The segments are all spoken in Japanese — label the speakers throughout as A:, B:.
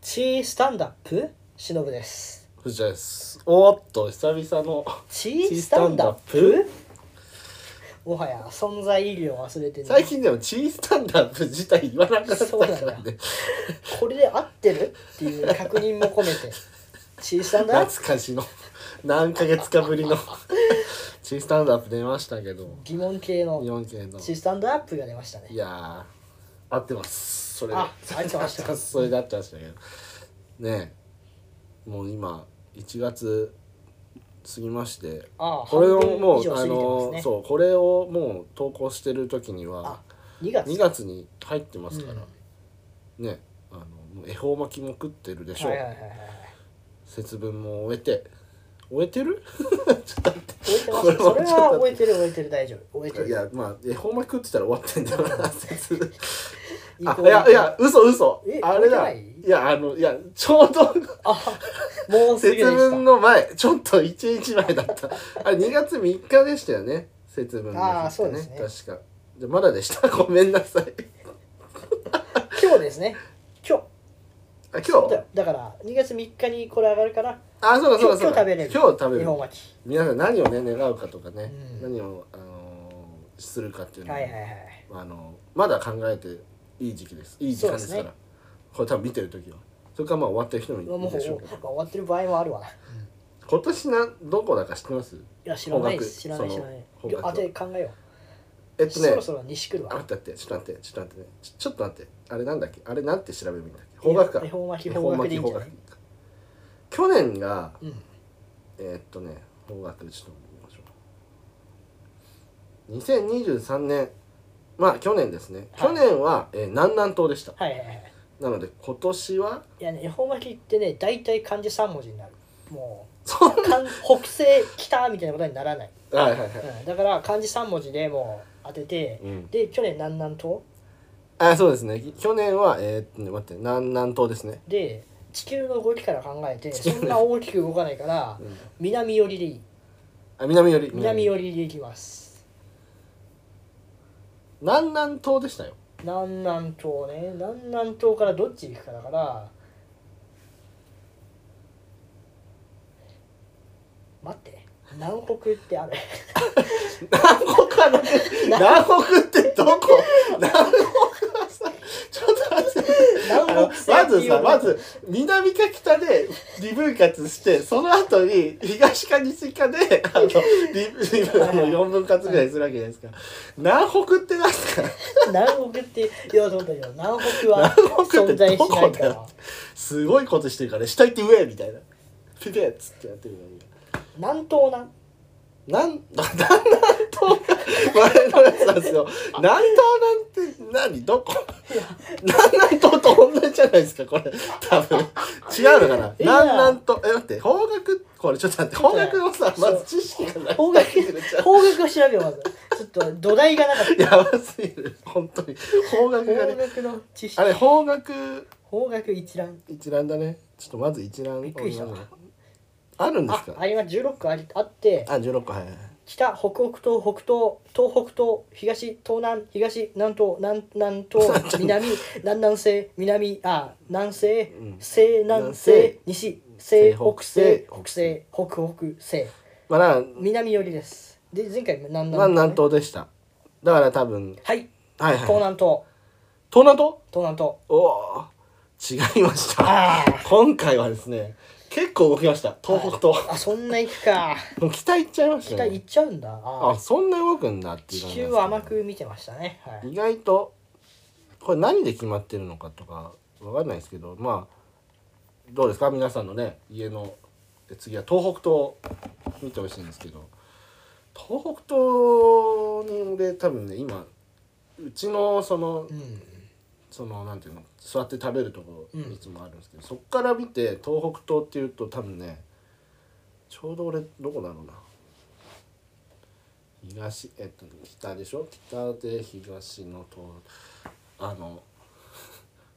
A: チースタンダップしのぶです
B: 藤田ですおーっと久々の
A: チースタンダップもはや存在意義を忘れてる
B: 最近でもチースタンダップ自体言わなかった
A: そ
B: か
A: うなんだ
B: らね
A: これで合ってるっていう確認も込めてチースタンダッ
B: 懐
A: プ
B: かしの何ヶ月かぶりのチースタンダップ出ましたけど
A: 疑問系
B: 日
A: の
B: 本系の
A: チースタンダップが出ましたね
B: いやー合ってますそれで
A: あ合ってました
B: 合 それで合ってましたけどねえもう今1月過ぎまして
A: ああ
B: これを
A: 半分
B: もう、
A: 以上過
B: あ
A: ぎてます
B: の
A: ね
B: そうこれをもう投稿してる時には
A: あ2月
B: 2月に入ってますから、
A: う
B: ねあのもう恵方巻きも食ってるでし
A: ん
B: ょう、
A: はいはいはいはい
B: 節分も終えて終えてる
A: 終えてま
B: こ
A: す
B: れ
A: それ
B: はちょっ
A: は
B: と
A: 終えてる終えてる大丈夫終えてる
B: いやまあ恵方巻き食ってたら終わってんだよ な節分
A: 移
B: あ
A: 行
B: いやいや嘘嘘
A: え
B: あれ
A: 覚
B: だ
A: えて
B: い
A: ない
B: やあのいやちょうど
A: あもうすぐでし
B: 節
A: た
B: 分の前ちょっと1日前だったあれ2月3日でしたよね節分の日ってね
A: あーそうですね
B: 確かじゃまだでしたごめんなさい
A: 今日ですね今日
B: あ今
A: だ
B: 日
A: だから2月3日にこれ上がるから
B: あそうだそうだそ
A: 今
B: う
A: 日
B: だ
A: 食べれる
B: 今日食べ
A: 恵
B: れる
A: 方巻き
B: 皆さん何をね願うかとかね、
A: うん
B: 何を、あのーするかっていうのを
A: はいはいはい
B: あのまだ考えていい時期ですいい時間ですから
A: そうで
B: これ多分見てる時はそれからまあ終わってる人もい
A: もうも
B: る
A: う
B: でし
A: 終
B: ょうけど
A: わってる場合もあるわな、い
B: 今年などこだか知ってます
A: や知らないです知ら
B: 方
A: な
B: 角
A: い知らない
B: その
A: いや
B: 方角
A: あて考えよ
B: え
A: う、
B: っとね
A: そろそろ西来る
B: あ
A: わ
B: 待って待ってちょっと待ってちょっと待ってねちょちょっと待ってあれなんだっけあれなんて調べるんだっけ方角か
A: 恵方巻き
B: 恵方
A: 方角
B: 巻
A: でい
B: き
A: いんじ
B: 方
A: ゃない
B: 角か去年が
A: うん
B: えーっとね方角ちょっと見ましょう2023年まあ去年ですね、
A: はい
B: 去年は、えー南南東でした
A: はいはいはい
B: なので今年はい
A: やね恵方巻きってね大体漢字3文字になるも
B: そん
A: う漢北西北みたいなことにならない、
B: なはいはいはい
A: うん、だから漢字3文字でもう当てて、
B: うん
A: で去年南南東
B: あそうですね去年はえーっとね待って南南東ですね
A: で地球の動きから考えてそんな大きく動かないから、
B: うん
A: 南寄りでいい
B: あ南寄り
A: 南寄りでいきます、
B: 南南東でしたよ
A: 南南東ね南南東からどっち行くかだから待って南北ってある
B: 南国はなく南国ってどこ南国はさちょっと待ってあ
A: 南
B: のま
A: 北線って
B: ず
A: いう
B: さ
A: の
B: まず南か北でリ分割してその後に東か西かであのリリあの4分割ぐらいするわけじゃないですか南北って何ですか
A: 南北って言おうと思ったけど南北は
B: 南北って
A: 存在しないか
B: ど
A: ら
B: こすごいことしてるから下行って上みたいなピペッつってやってるのに
A: 南東な
B: なん、 なん、なんと、前のやつなんですよ。南東なんて、何、どこ。南南東と同じじゃないですか、これ。多分。違うのかな。
A: いや
B: 南南東、え、待って、方角、これ、ちょっと待って、方角のさ、
A: そ
B: ま
A: う
B: ず知識がない。
A: 方角方角を調べようまずちょっと土台がなかった
B: やばすぎる、本当に。方角がね。
A: 方角の知識
B: あれ、方角
A: 方角一覧
B: 一覧だね。ちょっとまず一覧。
A: びっくりした
B: あるんです
A: あ
B: か。
A: あります16個ありあって
B: あ、十六個、はいはいはい。
A: 北北北東北東東北東東東南東南東南南 東南南南西南あ南西
B: うん
A: 西南西西西北西北西北北西
B: まあ、なん
A: 南寄りですで前回南
B: まあ、
A: 南
B: 南東でした。だから、多分。
A: はい
B: はいはい。
A: 東南東
B: 東南東
A: 東南東
B: おお違いました
A: あ
B: 今回はですね結構動きました東北と、
A: ーあそんな行くか
B: もう北行っちゃいました
A: 北
B: ね
A: 行っちゃうんだあ
B: あ
A: ー
B: そんな動くんだってい
A: 地
B: う感じ
A: 球
B: なんですけど
A: を甘く見てましたねはい
B: 意外とこれ何で決まってるのかとかわかんないですけどまあどうですか皆さんのね家のえ次は東北東を見てほしいんですけど東北東にで多分ね今うちのその
A: うん
B: そのなんていうの座って食べるところ
A: うん
B: いつもあるんですけど、そっから見て東北東っていうと多分ねちょうど俺どこだろうな東えっと北でしょ北で東の東あの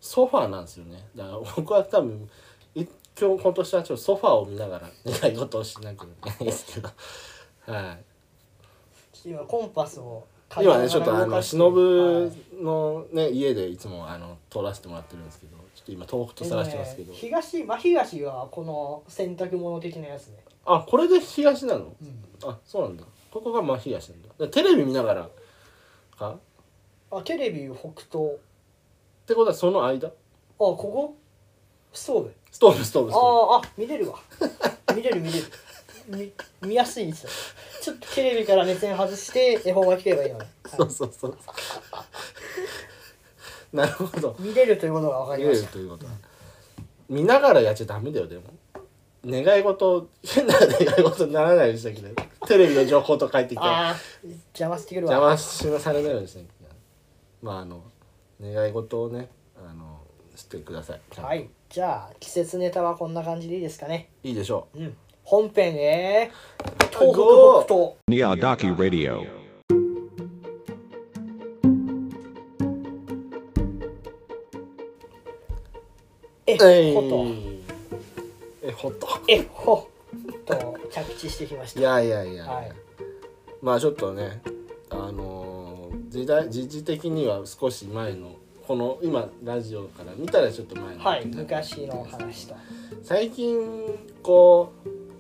B: ソファーなんですよねだから僕は多分い今日今年はちょっとソファーを見ながら願い事をしなきゃいけないですけどはい
A: 今コンパスを
B: 今ねちょっと
A: 体
B: あ
A: を動
B: の
A: かして
B: 忍のね家でいつもあの撮らせてもらってるんですけどちょっと今東北と
A: はい
B: 探してますけど、
A: でもね東真東はこの洗濯物的なやつね、
B: あこれで東なの
A: うん
B: あそうなんだここが真東なんだでテレビ見ながらかっ
A: あテレビ北東
B: てことはその間
A: あここストーブ
B: ストーブストーブスト
A: あーあ見れるわ 見れる見れる見見やすいんですよちょっとテレビから目線外して絵本が来ればいいのね、
B: ー
A: は
B: ブそうそうそうなるほど
A: い見れるということが分か
B: 見
A: り
B: れ
A: ま
B: る
A: した
B: ということは見ながらやっちゃダメだよでも願い事変な願い事にならないようにしたけどテレビの情報とか返ってきて
A: ああ邪魔してくるわ
B: 邪魔しなされないようにしなきゃまああの願い事をねあのしてくださいちゃんと
A: はいじゃあ季節ネタはこんな感じでいいですかね
B: いいでしょう
A: うん本編へ東北
B: ゴー
A: 北東
C: Niadaki Radio.
A: え
B: えい
A: ほと
B: えほっと
A: えほと着地してきまし
B: い
A: た
B: やいやいや、
A: はい
B: まあちょっとねあのー時代時事的には少し前のこの今ラジオから見たらちょっと前の
A: はい昔の話と
B: 最近こ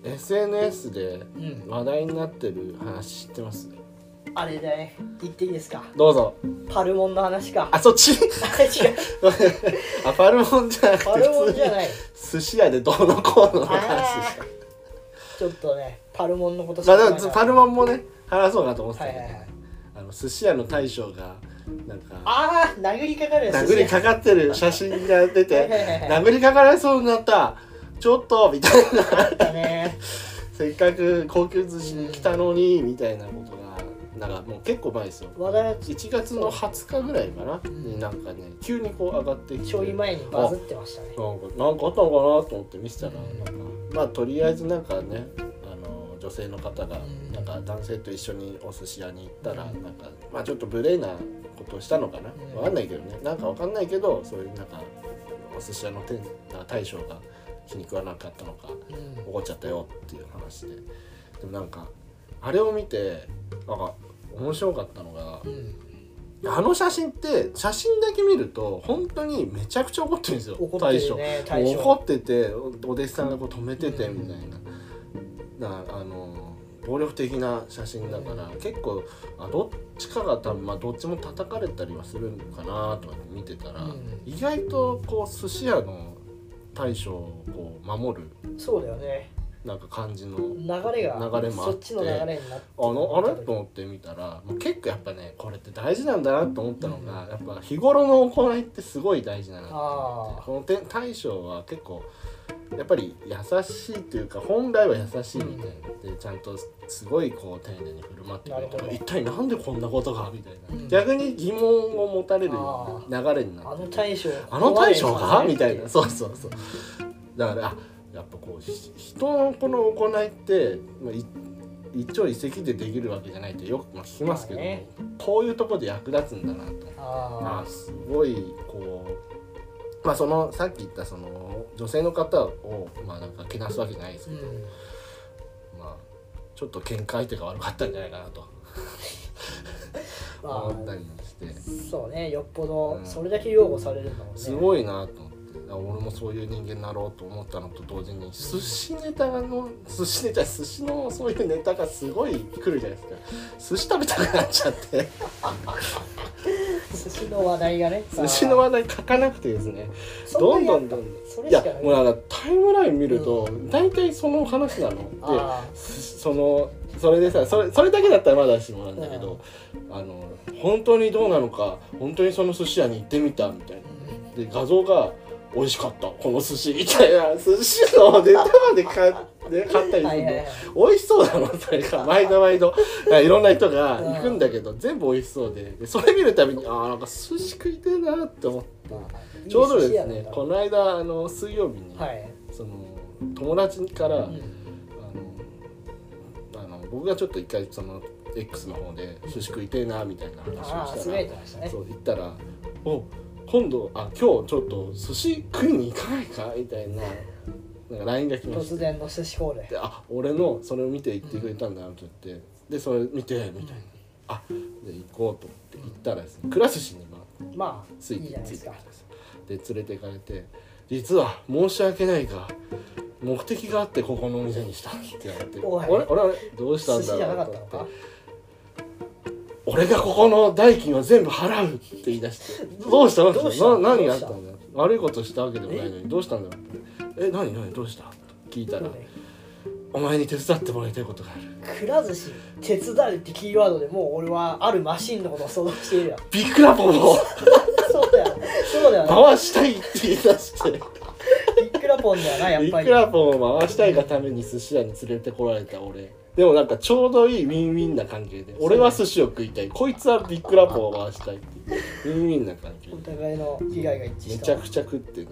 B: う SNS で
A: ん
B: 話題になってる話知ってます、
A: あれだね言っていいですか
B: どうぞ
A: パルモンの話か
B: あそっち
A: あ違う
B: あパルモンじゃなくて
A: パルモンじゃ
B: い
A: ない
B: 寿司屋でどうのこうのの話
A: あ
B: で
A: ーちょっとねパルモンのこと
B: し
A: したか
B: まあ
A: 考
B: で
A: えな
B: もパ
A: かった
B: ルモンもね話そうかと思ってたけど、
A: はいはいはい
B: あの寿司屋の大将がなんか
A: あー殴りかかるやつです
B: 殴りかかってる写真が出て
A: はいはいはい
B: 殴りかかられそうになったちょっとみたいな
A: あったね
B: せっかく高級寿司に来たのにみたいなことがなんかもう結構前ですよ
A: 話題の
B: 1月の20日ぐらいかなになんかね急にこう上がってきて
A: ちょい前にバズってましたね
B: なんかなんかあったのかなと思って見せたらなんかまあとりあえずなんかねあの女性の方が
A: ん
B: なんか男性と一緒にお寿司屋に行ったらなんかまあちょっと無礼なことをしたのかな
A: うん
B: わかんないけどねなんかわかんないけどそういうなんかお寿司屋の店なんか大将が気に食わなかったのか
A: うん
B: 怒っちゃったよっていう話ででもなんかあれを見てなんか面白かったのが
A: うん
B: あの写真って写真だけ見ると本当にめちゃくちゃ怒ってるんですよ
A: 怒ってるね大将
B: 怒ってておお弟子さんがこう止めててみたいな,、なあの暴力的な写真だから、結構あどっちかが多分、まあ、どっちも叩かれたりはするのかなとか見てたら、
A: うん
B: 意外とこう寿司屋の大将をこう守る
A: そうだよね
B: なんか感じの
A: 流れが
B: 流れもあって
A: そっちの流れになって
B: あのあれと思って見たらもう結構やっぱねこれって大事なんだなと思ったのが、やっぱ日頃の行いってすごい大事だなと思って
A: あー
B: この点大将は結構やっぱり優しいというか本来は優しいみたいなでちゃんとすごいこう丁寧に振る舞ってくれ
A: なるほ
B: て
A: ど
B: 一体なんでこんなことがみたいな、
A: うん
B: 逆に疑問を持たれるような流れになって
A: あの大将
B: あの大将が
A: 怖です
B: みた
A: よね
B: いなそうそうそうだからあやっぱこうひ人のこの行いって、まあ、い一朝一夕でできるわけじゃないってよくまあ聞きますけど、
A: まあね
B: こういうところで役立つんだなとま
A: あ
B: あすごいこうまあそのさっき言ったその女性の方をまあなんかけなすわけじゃないです
A: あう
B: けど、
A: ん
B: まあちょっと喧嘩相手が悪かったんじゃないかなと
A: ま
B: 思った
A: あ
B: りして。
A: そうねよっぽど
B: うん
A: それだけ擁護されるんだもんね
B: すごいなと思って、あ俺もそういう人間になろうと思ったのと同時に寿司ネタの寿司ネタ寿司のそういうネタがすごい来るじゃないですか寿司食べたくなっちゃって
A: 寿司の話題がね
B: 寿司の話題書かなくてですね
A: そ
B: ど
A: ん
B: ん
A: な
B: ど
A: に
B: ん
A: や
B: ど
A: っ
B: んどん
A: ぱそれ
B: い
A: しか
B: や
A: ない
B: もうなんかタイムライン見ると大体その話なので
A: あ
B: そのそれでさそれそれだけだったらまだしもなんだけど、あの本当にどうなのか本当にその寿司屋に行ってみたみたい
A: ー。
B: な
A: うん
B: で画像が美味しかったこの寿司みたいな寿司のネタまで買で買ったり
A: はいはい
B: するの美味しそうだなそれが毎度毎度いろんな人が
A: うん
B: 行くんだけど全部美味しそうででそれ見るたびにあーなんか寿司食いてえなって思って
A: まあ
B: ちょうど
A: い
B: です
A: い寿司屋なん
B: ね
A: だ
B: この間あの水曜日に、
A: はい
B: その友達から、
A: うん
B: あのあの僕がちょっと一回その X の方で寿司食いてえなみたいな話
A: あ
B: を
A: あ
B: し
A: つ
B: た
A: ぶ
B: ら
A: やいてましたね
B: そう言ったら「お今度あ今日ちょっと寿司食いに行かないか?」みたいななんか LINE が来まし
A: 突然の寿司ホール
B: て「あ俺のそれを見て言ってくれたんだな」って言ってでそれ見てみたいな「あで行こうと思って行ったらですねくら寿司に今
A: まあ
B: つ
A: い
B: い
A: いじ
B: て
A: ゃない
B: つ
A: です
B: いてき
A: か
B: たんですで連れて行かれて「実は申し訳ないが目的があってここのお店にした」って言われて「
A: おい
B: 俺俺はどうした
A: 寿司
B: ん
A: じ
B: だ
A: ゃ
B: ろ
A: な
B: う
A: か」った
B: と
A: の
B: 思
A: か
B: って「俺がここの代金を全部払う」って言い出して「どうしたの
A: どうしたの
B: な
A: ど
B: 何
A: う
B: があっ
A: したた
B: んだよ悪いことしたわけでもないのにどうしたんだろう」って「え何何どうした?」と聞いたら「お前に手伝ってもらいたいことがある」
A: くら寿司手伝うってキーワードでもう俺はあるマシンのことを想像して いるよ
B: 「ビッグラボを
A: そうだよそうだよね
B: 回したい」って言い出して。
A: ビックラポンだよなやっ
B: ビ
A: ぱ
B: ッ
A: り
B: クラポンを回したいがために寿司屋に連れてこられた俺でもなんかちょうどいいウィンウィンな関係で俺は寿司を食いたいこいつはビックラポンを回したいっていうウィンウィンな関係
A: お互いの被害が一致
B: め
A: した
B: ちゃくちゃ食ってね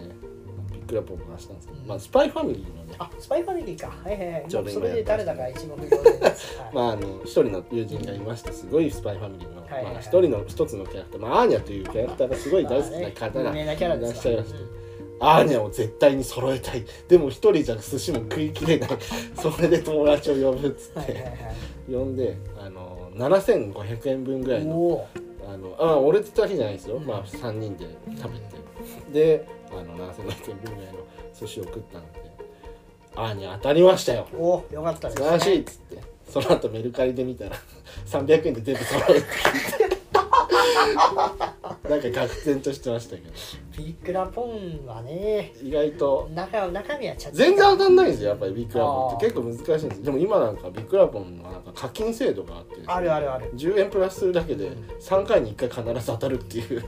B: ビックラポンを回したんですけど、まあ、スパイファミリーのね
A: あスパイファミリーかはいはいはい
B: ちょうど今
A: それで誰だか一目瞭然です、はい
B: まあ、あの一人の友人がいましてすごいスパイファミリーの
A: はいはいはい
B: まあ、一人の一つのキャラクター、まあ、アーニャというキャラクターがすごい大好きな方
A: ま
B: が
A: あね有名な
B: い
A: キャ
B: ら
A: ラ
B: っ
A: です
B: し
A: か
B: ゃい
A: ら
B: まして。アーニャを絶対に揃えたいでも一人じゃ寿司も食いきれないそれで友達を呼ぶっつって、
A: はいはいはい
B: 呼んであの7500円分ぐらいの
A: おお
B: あのあ俺ってわけじゃないですよ、
A: うん
B: まあ3人で食べてであの7500円分ぐらいの寿司を食ったので「あーに当たりましたよ
A: おおよかったです、
B: 素
A: ね、
B: 晴らしい」っつってその後メルカリで見たら300円で全部揃えてなんか愕然としてましたけど
A: ビックラポンはね
B: 意外と
A: 中中身はちゃっちゃ
B: 全然当たんないんですよやっぱりビッグラボンって
A: あ
B: 結構難しいんですでも今なんかビッグラボンはなんか課金制度があってですね
A: あるあるある
B: 10円プラスするだけで3回に1回必ず当たるっていう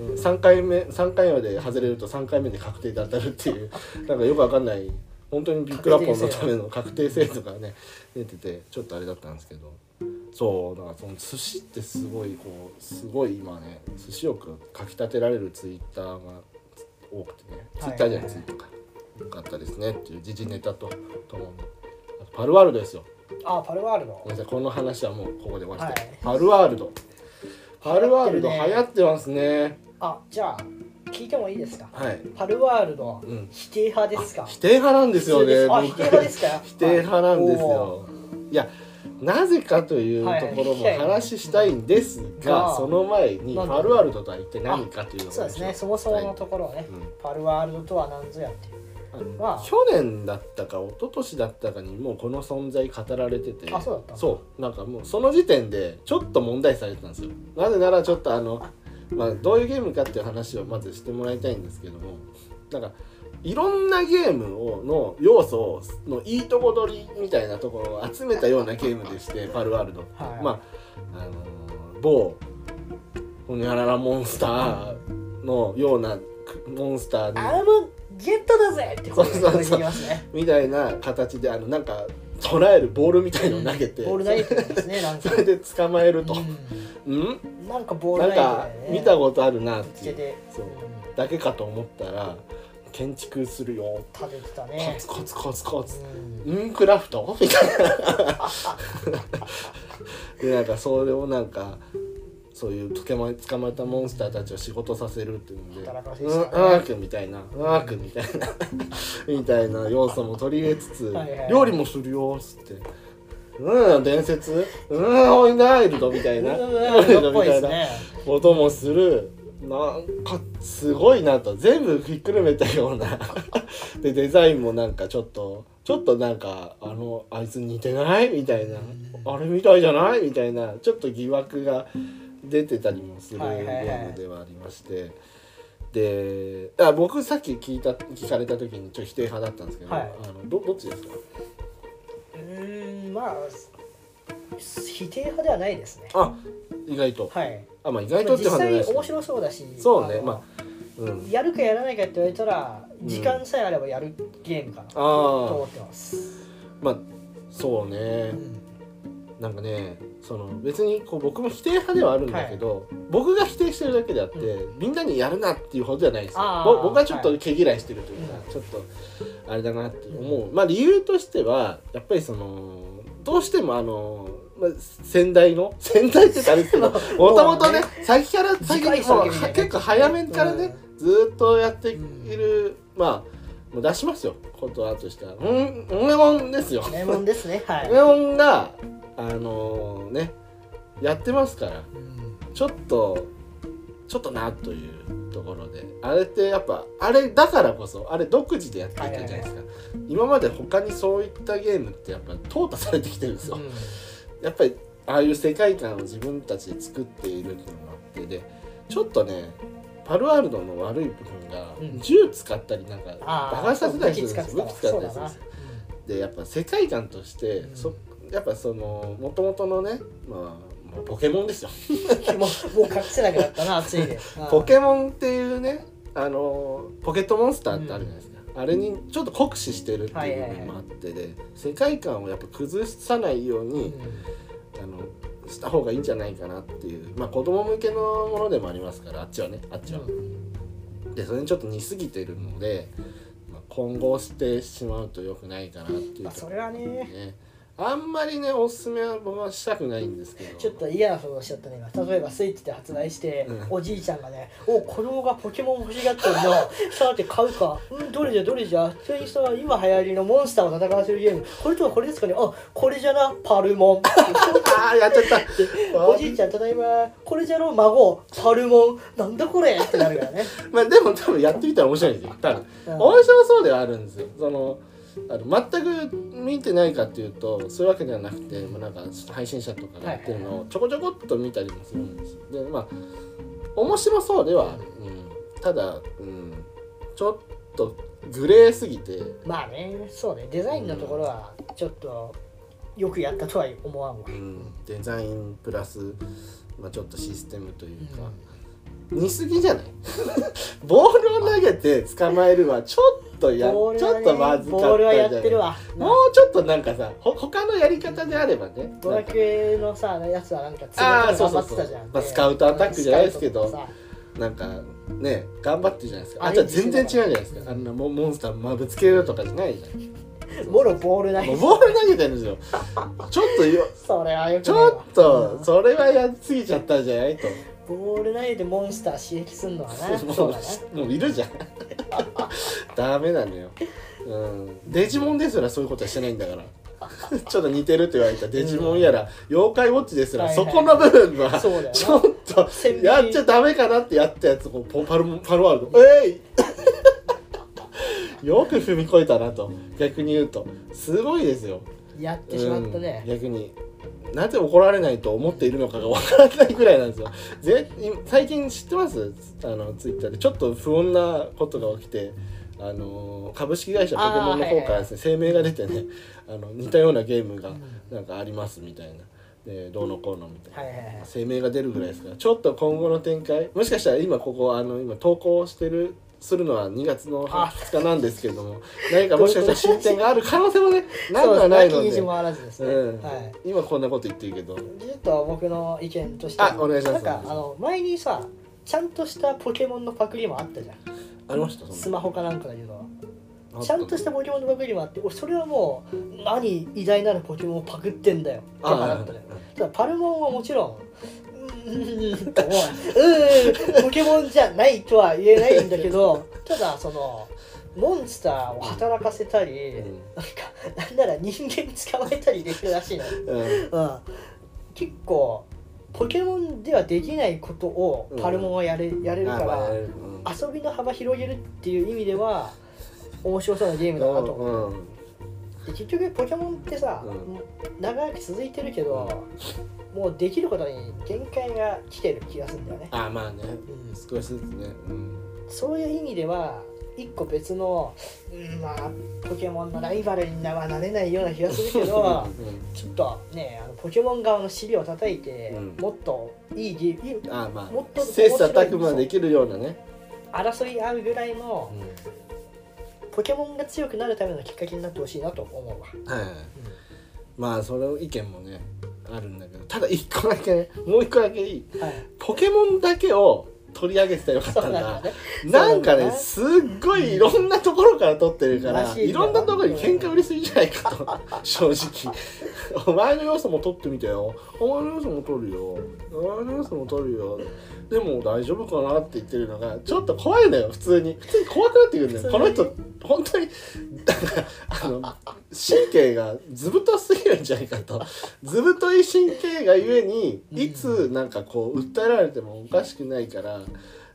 B: うん3回目3回まで外れると3回目で確定で当たるっていうなんかよくわかんない本当にビッグラポンのための確定制度がね出ててちょっとあれだったんですけどそうだからその寿司ってすごいこうすごい今ね寿司をかきたてられるツイッターが多くてねツイッターじゃないツイートかよかったですねっていう時事ネタとともにあとパルワールドですよ
A: あパルワールド
B: ごめんなさいこの話はもうここで終わりたい、
A: はい
B: パルワールドパルワールド
A: 流
B: 流
A: 行ってるね
B: 行ってますね
A: あじゃあ聞いてもいいですか
B: はい
A: パルワールド、
B: うん
A: 否定派ですか
B: 否定派なんですよ
A: そう
B: ね
A: ですあ
B: 僕
A: 否定派ですか
B: 否定派なんです
A: お
B: よいやなぜかというところも
A: はい
B: 話したいんですが、
A: うん
B: その前に
A: なんで
B: パルワールドとは一体何かというのを
A: そうですねそもそものところをね、
B: うん
A: パルワールドとは何ぞやっていう
B: あの
A: まあ
B: 去年だったか一昨年だったかにもうこの存在語られてて
A: あそうだったの
B: そうなんかもうその時点でちょっと問題視されてたんですよなぜならちょっとあのまあどういうゲームかっていう話をまずしてもらいたいんですけどもなんかいろんなゲームをの要素をのいいとこ取りみたいなところを集めたようなゲームでしてパルワールドって、
A: はい
B: まああのー某ホニャララモンスターのようなくモンスターに
A: アームゲットだぜってことで
B: そうそう
A: 聞
B: そう
A: きますね
B: みたいな形であのなんか捉えるボールみたいのを投げて、
A: ボール投げてるんですねなん
B: そ
A: か
B: れで捕まえると、
A: う
B: うん、
A: んなんかボー
B: な
A: ル投げ
B: ん
A: て
B: か
A: るね
B: 見たことあるなっ
A: ぶつ
B: てい
A: け
B: う
A: て
B: そう
A: うん
B: だけかと思ったら建築するよ
A: 立ててた
B: コ
A: ね
B: ツコツコツコツ、
A: うん
B: インクラフトみたいなでなんかそれをなんかそういう捕まえ捕まえたモンスターたちを仕事させるっていうんで「
A: 働かせ
B: う
A: てた
B: ん
A: ね
B: あーくん」みたいな「あーくん」みたいなみたいな要素も取り入れつつ「
A: はいはい
B: 料理もするよ」っつって「うん伝説うんホイナイルド」みたいな
A: うん色っぽいですね
B: こともするなんかすごいなと全部ひっくるめたような でデザインもなんかちょっとちょっとなんかあのあいつ似てないみたいなあれみたいじゃないみたいなちょっと疑惑が出てたりもするゲ
A: はいはいはい
B: ームではありまして。であ僕さっき聞いた聞かれた時にちょっと否定派だったんですけど、
A: はい
B: あのどどっちですか
A: うーんまあ否定派ではないですね
B: あ意外と、
A: はい
B: あまあ意外とって
A: 実
B: 話じゃない
A: 際
B: ですけど
A: 面白そうだし
B: そうね
A: の
B: まあ、うん、
A: やるかやらないかって言われたら
B: うん
A: 時間さえあればやるゲームかなと
B: あ
A: 思
B: あ
A: ってます、
B: まあそうね
A: うん
B: なんかねその別にこう僕も否定派ではあるんだけど、僕が否定してるだけであって、みんなにやるなっていうほどじゃないですよ
A: あー
B: ぼ僕はちょっと毛嫌いしてるというか、
A: は
B: ちょっとあれだなって思う、まあ理由としてはやっぱりそのどうしてもあの、まあ、先代の先代って言ったらあれですけどもともとね
A: も
B: 先から先
A: 次回
B: にもう
A: 先にね
B: は結構早めからね、ずーっとやっている、まあもう出しますよことはとしては「うんうんレモン」ですよ。
A: 名門ですねはい
B: レオンがあのねやってますから
A: うん
B: ちょっとちょっとなというところであれってやっぱあれだからこそあれ独自でやっていたじゃないですか、今まで他にそういったゲームってやっぱ淘汰されてきてるんですよ、やっぱりああいう世界観を自分たちで作っているのもあってでちょっとねパルワールドの悪い部分が
A: うん
B: 銃使ったりなんか
A: あー
B: バカにさせたりするんですよ
A: 武
B: 武
A: 器
B: 器
A: 使
B: 使
A: っ
B: っ
A: た
B: てたりするんですよ
A: う
B: でやっぱ世界観として、
A: うん
B: そやっぱそのもともとのね、まあ、もうポケモンですよ
A: んもうもう隠せなくなったな暑いで
B: ポケモンっていうねあのポケットモンスターってあるじゃないですか、あれにちょっと酷使してるっていう部分もあってで世界観をやっぱ崩さないよ
A: う
B: うに、
A: ん
B: あのした方がいいんじゃないかなっていうまあ子供向けのものでもありますからあっちはねあっちは。でそれにちょっと似すぎてるので、まあ、混合してしまうと良くないかなっていう
A: ま
B: か
A: あそれはね
B: ねあんまりねおすすめは僕はしたくないんですけど
A: ちょっと嫌なことしちゃったね今例えばスイッチで発売して、
B: うん
A: おじいちゃんがね「お子供がポケモン欲しがってるのさて買うかうんどれじゃどれじゃ普通にその今流行りのモンスターを戦わせるゲームこれとはこれですかねあこれじゃなパル モン」
B: ああやっちゃった
A: おじいちゃんただいまこれじゃろ孫パルモンなんだこれってなるからね
B: まあでも多分やってみたら面白いんですよ多分
A: うん
B: 面白そうではあるんですよそのあの全く見てないかっていうとそういうわけではなくて、まあ、なんか配信者とかがやってるのをちょこちょこっと見たりもするんですよでまあ面白そうではある、うん、ただ、うん、ちょっとグレーすぎて
A: まあねそうねデザインのところはちょっとよくやったとは思わんわ
B: うん、デザインプラス、まあ、ちょっとシステムというか、似すぎじゃない ボールを投げて捕まえるはちょっとやち
A: ボ
B: ょ
A: ールは
B: っ
A: ね
B: とまずかったじゃない
A: ボールはやってるわ
B: もうちょっとなんかさほ他のやり方であればね
A: ドラクエのさやつはなんかツ
B: あー
A: ー頑張ってたじゃん
B: そうそうそうまあスカウトアタックじゃないですけど
A: スカウトとか
B: なんかなんかね頑張ってるじゃないですか
A: ア
B: あ
A: レ
B: と
A: ン
B: は
A: ジして
B: 全
A: る
B: 然違うじゃないですかあんなモモンスターまぶつけるとかじゃないじゃん
A: さもろボールな
B: もう
A: い
B: ボール投げてるんですよちょっとよ
A: それはよく
B: ち
A: ないわ
B: ょっとそれはやりすぎちゃったんじゃないと
A: うんボールないでモンスター刺激すんのはな
B: も
A: そう
B: う
A: だね
B: もういるじゃんダメなのよ、うん、デジモンですらそういうことはしてないんだからちょっと似てると言われたデジモンやら、妖怪ウォッチですら、
A: はいはい
B: そこの部分は
A: そうだよな
B: ちょっと
A: 鮮明
B: やっちゃダメかなってやったやつこうポパルモパルワールドえい よく踏み越えたなと逆に言うとすごいですよ
A: やってしまったね
B: うん、逆になぜ怒られないと思っているのかがわからないぐらいなんですよぜ今最近知ってますあのツイッターでちょっと不穏なことが起きてあの株式会社ポケモンの方からですね、声明が出てねあの似たようなゲームがなんかありますみたいな、でどうのこうのみたいな、
A: はいはいはい
B: 声明が出るぐらいですからちょっと今後の展開もしかしたら今ここあの今投稿してるするのは2月の
A: あ
B: 2日なんですけれども何かもしかしたら進展がある可能性もねなくはないの
A: そう
B: で
A: ですね記事もあらずですね、
B: うん
A: はい
B: 今こんなこと言ってるけど
A: ちょっと僕の意見として
B: あお願いします
A: なんかあの前にさちゃんとしたポケモンのパクリもあったじゃん
B: ありました
A: ス
B: そんな
A: マホかなんかだけど
B: あ
A: ちゃんとしたポケモンのパクリもあって俺それはもう何偉大なるポケモンをパクってんだよって
B: あ
A: なったのよただパルモンはもちろんうーんと思ううんポケモンじゃないとは言えないんだけどただそのモンスターを働かせたり、
B: うん
A: なんかなんなら人間捕まえたりできるらしいのよ
B: う
A: う
B: ん
A: ん、結構ポケモンではできないことをパルモンはやれ,、やれるから、
B: あまあうん
A: 遊びの幅広げるっていう意味では面白そうなゲームだなと思う、
B: うん
A: で結局ポケモンってさ、
B: うん
A: もう長く続いてるけど、もうできることに限界が来てる気がするんだよね、
B: あまあね
A: うん
B: 少しずつねうん
A: そういう意味では一個別の、うん、まあポケモンのライバルにはなれないような気がするけど
B: う
A: ちょっとねあのポケモン側の尻を叩いて、
B: うん
A: もっといいゲーム
B: んあま
A: もっ
B: あ
A: と
B: 切磋琢磨できるようなね
A: 争い合うぐらいの
B: うん
A: ポケモンが強くなるためのきっかけになってほしいなと思うわ
B: はい、まあその意見もねあるんだけどただ一個だけねもう一個だけいい
A: はい
B: ポケモンだけを取り上げてたらよかっ
A: そう
B: た
A: んなんだ
B: だ
A: ね
B: なんかね
A: そ
B: すっごいいろんなところから撮ってるから
A: らしいんだよ
B: いろんなところに喧嘩売りすぎじゃないかと 正直お前の要素も取ってみてよお前の要素も取るよお前の要素も取るよでも大丈夫かなって言ってるのがちょっと怖いのよ普通に普通に怖くなってくるんだよこの
A: 普通
B: 人本当になんかあの神経がずぶとすぎるんじゃないかとずぶとい神経がゆえにいつなんかこう訴えられてもおかしくないから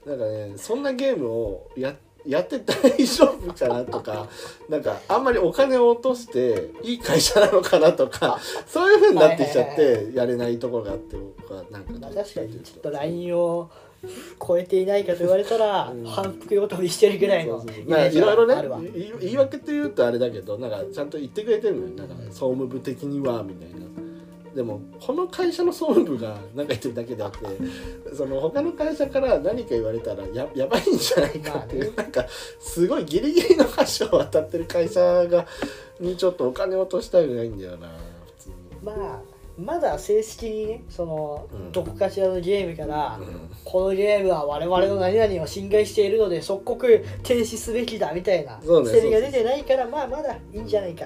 B: なんかねそんなゲームをややって大丈夫かなとか なんかあんまりお金を落としていい会社なのかなとかそういうふうになってきちゃっ
A: はいはい
B: てやれないところがあって僕はなんか
A: まあ、確かにちょっとラインを超えていないかと言われたら、
B: うん
A: 反復横跳びしてるぐらい
B: そう
A: の
B: そう
A: イメ
B: まあ
A: ー
B: い
A: ジは
B: ろい
A: ある
B: ろ
A: わ。
B: ねい言い訳って言うとあれだけどなんかちゃんと言ってくれてるのよなんか総務部的にはみたいなでもこの会社の総務部が何か言ってるだけであってその他の会社から何か言われたらややばいんじゃないかっていう、なんかすごいギリギリの橋を渡ってる会社がにちょっとお金を落としたくないんだよな普通に。
A: まあまだ正式にねその、
B: うん
A: どこかしらのゲームから、
B: うん
A: このゲームは我々の何々を侵害しているので即刻停止すべきだみたいな
B: そうね
A: セリが出てないからまあまだいいんじゃないか、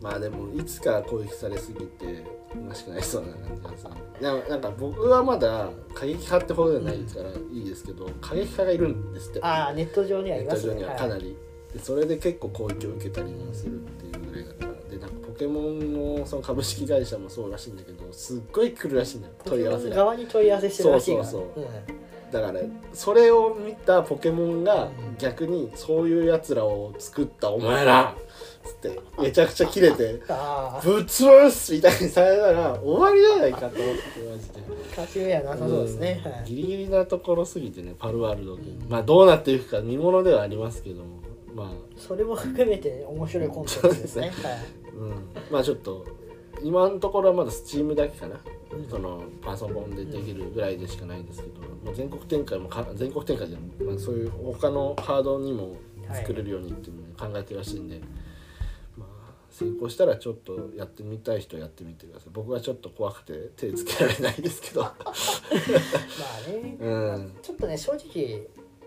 B: まあでもいつか攻撃されすぎてらしくなりそうな感じがするななんか僕はまだ過激派ってほどじゃないですからいいですけど過激派がいるんですって
A: ああネット上にはい
B: ネッ
A: ま
B: ト
A: す
B: 上
A: ね
B: にはかなり、でそれで結構攻撃を受けたりもするっていうぐらいだからでなんかポケモンのその株式会社もそうらしいんだけどすっごい来るらしいんだよ問い合わせが
A: 側に問い合わせしてるらしいから
B: そうそう
A: うん
B: だからそれを見たポケモンが逆にそういうやつらを作ったお前らっつってめちゃくちゃキレて
A: ああ
B: ぶっ潰すみたいにされたら終わりじゃないかと思ってマジで
A: 勝ち目はなさそうですね、
B: うん
A: はい
B: ギリギリなところすぎてねパルワールドで、まあどうなっていくか見ものではありますけどもまあ
A: それも含めて面白いコンテンツですね。はい
B: うんまあちょっと今のところはまだスチームだけかな、
A: うん
B: そのパソコンでできるぐらいでしかないんですけど、まあ、全国展開もか全国展開じゃない、まあ、そういう他のハードにも作れるようにっていうのを考えてるらしいんで、まあ成功したらちょっとやってみたい人はやってみてください僕はちょっと怖くて手つけられないですけ ど
A: まあね、
B: うん
A: ちょっとね正直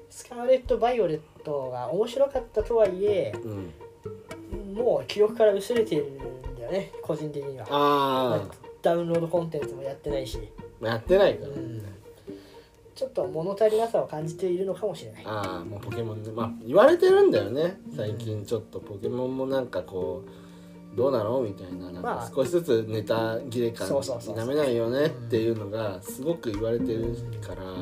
A: スカーレット・バイオレットが面白かったとはいえ
B: うん
A: もう記憶から薄れているんだよね個人的には。
B: あ
A: ダウンロードコンテンツもやってないし、
B: あやってないか
A: う
B: ら、
A: ん、ちょっと物足りなさを感じているのかもしれない。
B: ああもうポケモンでまあ言われてるんだよね最近ちょっとポケモンもなんかこうどうなのみたいなな
A: ま
B: んか
A: あ
B: 少しずつネタ切れ感
A: そうそうそう
B: 否めないよねっていうのがすごく言われてるからま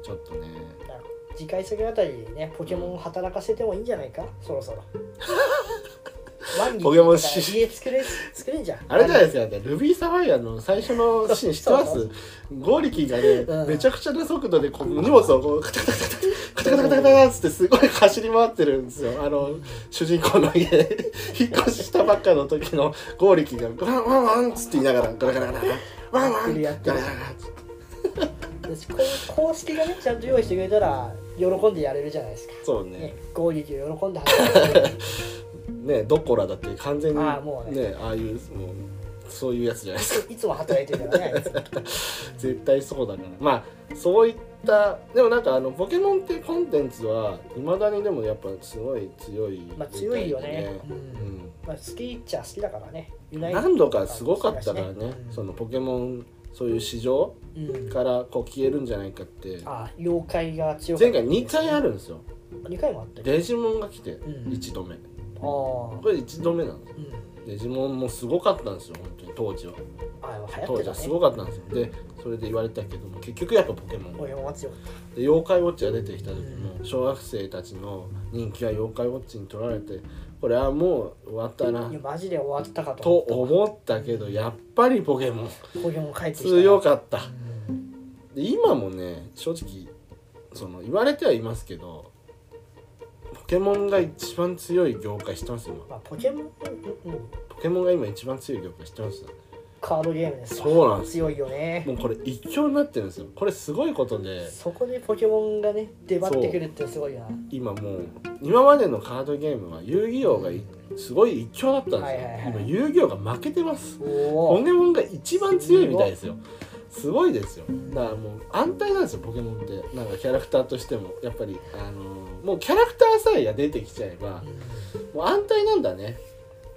B: あちょっとね
A: だから次回作あたりにねポケモンを働かせてもいいんじゃないかそろそろ。 ワンギー
B: ポケモン
A: とか家作れ作れんじゃん。
B: あれじゃないですかだってルビーサファイアの最初のシーン知ってま
A: そうそ
B: すゴーリキがね
A: うん
B: めちゃくちゃな速度でこう荷物をこうカタカタカタカタカタカタカタっつってすごい走り回ってるんですよあの主人公の家で引っ越ししたばっかの時のゴーリキが「ワンワンワン」っつって言いながらガラガラガラワンワンガラガラガラっつって
A: ですこう公式がねちゃんと用意してくれたら喜んでやれるじゃないですか、
B: そう
A: ね
B: ね、
A: 攻撃を喜んで 走る
B: ねどこらだって完全に
A: ああもうね
B: ねああいうもうそういうやつじゃないですか
A: いつも働いてるからね
B: 絶対そうだからまあそういったでもなんかあのポケモンっていうコンテンツはいまだにでもやっぱすごい強いみた
A: まあ強いよね
B: で
A: うん
B: うん
A: まあ好きっちゃ好きだからねユナイテッド
B: 何度かすごかったから
A: 好きだ
B: ね
A: しうん
B: そのポケモンそういう市場
A: うん
B: からこう消えるんじゃないかって
A: あ妖怪が強か
B: 前
A: った
B: 回2回あるんですよ
A: 2回もあったよ
B: デジモンが来て
A: うん
B: 1度目
A: あー
B: これ1度目なんですよ
A: うん
B: デジモンもすごかったんですよ本当に当時は
A: あー流行
B: 当
A: って
B: 時
A: た
B: は
A: ね
B: すごかったんですよでそれで言われたけども結局やっぱポケモン
A: ポケモンは強かっ
B: で妖怪ウォッチが出てきた時も小学生たちの人気は妖怪ウォッチに取られてこれはもう終わった
A: た
B: ない
A: やマジで終わったか
B: と
A: と思っ
B: 思ったけどやっぱりポケモン
A: たポケモン帰ってきた
B: 強かった
A: うん
B: で今もね正直その言われてはいますけどポケモンが一番強い業界知ってます今
A: まあ、ポケモン、うんうん、
B: ポケモンが今一番強い業界知ってます
A: カードゲームですわ
B: そうなんです
A: 強いよね
B: もうこれ一強になってるんですよこれすごいことで
A: そこでポケモンがね出張ってくるってすごいな
B: 今もう今までのカードゲームは遊戯王がいすごい一強だったんですよ、
A: はいはいはい
B: 今遊戯王が負けてます
A: お
B: ポ
A: お
B: ケモンが一番強いみたいですよすごいですよだからもう安泰なんですよポケモンってなんかキャラクターとしてもやっぱりあのーもうキャラクターさえが出てきちゃえばもう安泰なんだね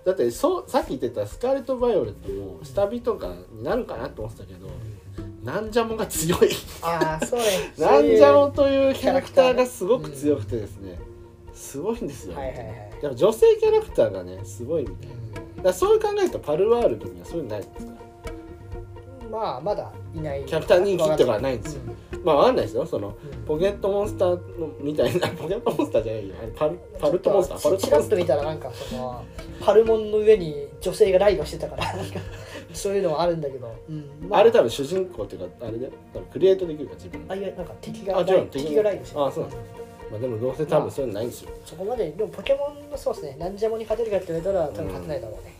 B: だってそうさっき言ってたスカーレット・バイオレットも下火とかになるかなと思ってたけどなんじゃもが強い
A: ああそうね
B: なんじゃもというキ
A: キャ
B: ャラ
A: ラ
B: ク
A: ク
B: タ
A: タ
B: ー
A: ー
B: が
A: が
B: すごく強くてですねすごいんですよ、
A: はいはいはい
B: だから女性キャラクターがねすごいみたいなだからそういう考えるとパルワールドにはそういうのないんですか
A: うんまあまだいない
B: キャラクター人気とかはないんですよ
A: うん
B: まあわかんないですよその
A: うん
B: ポケットモンスターのみたいな ポケットモンスターじゃないよあれパルパルトモンスターパルト
A: ち
B: モ
A: ら
B: ンス
A: っ
B: タ
A: と
B: ー
A: 見たらなんかそのパルモンの上に女性がライドしてたからなんかそういうのはあるんだけど、うんま
B: あれ多分主人公っていうかあれで多分クリエイトできるから自分
A: あ
B: で
A: いやなんか敵が
B: あ違う
A: ライド
B: 敵が
A: 敵がライドして
B: あそうなんまあでもどうせ多分そういうのないんですよ
A: そこまででもポケモンのそうですねなんじゃもに勝てるかって言われたら多分勝てないだろうね、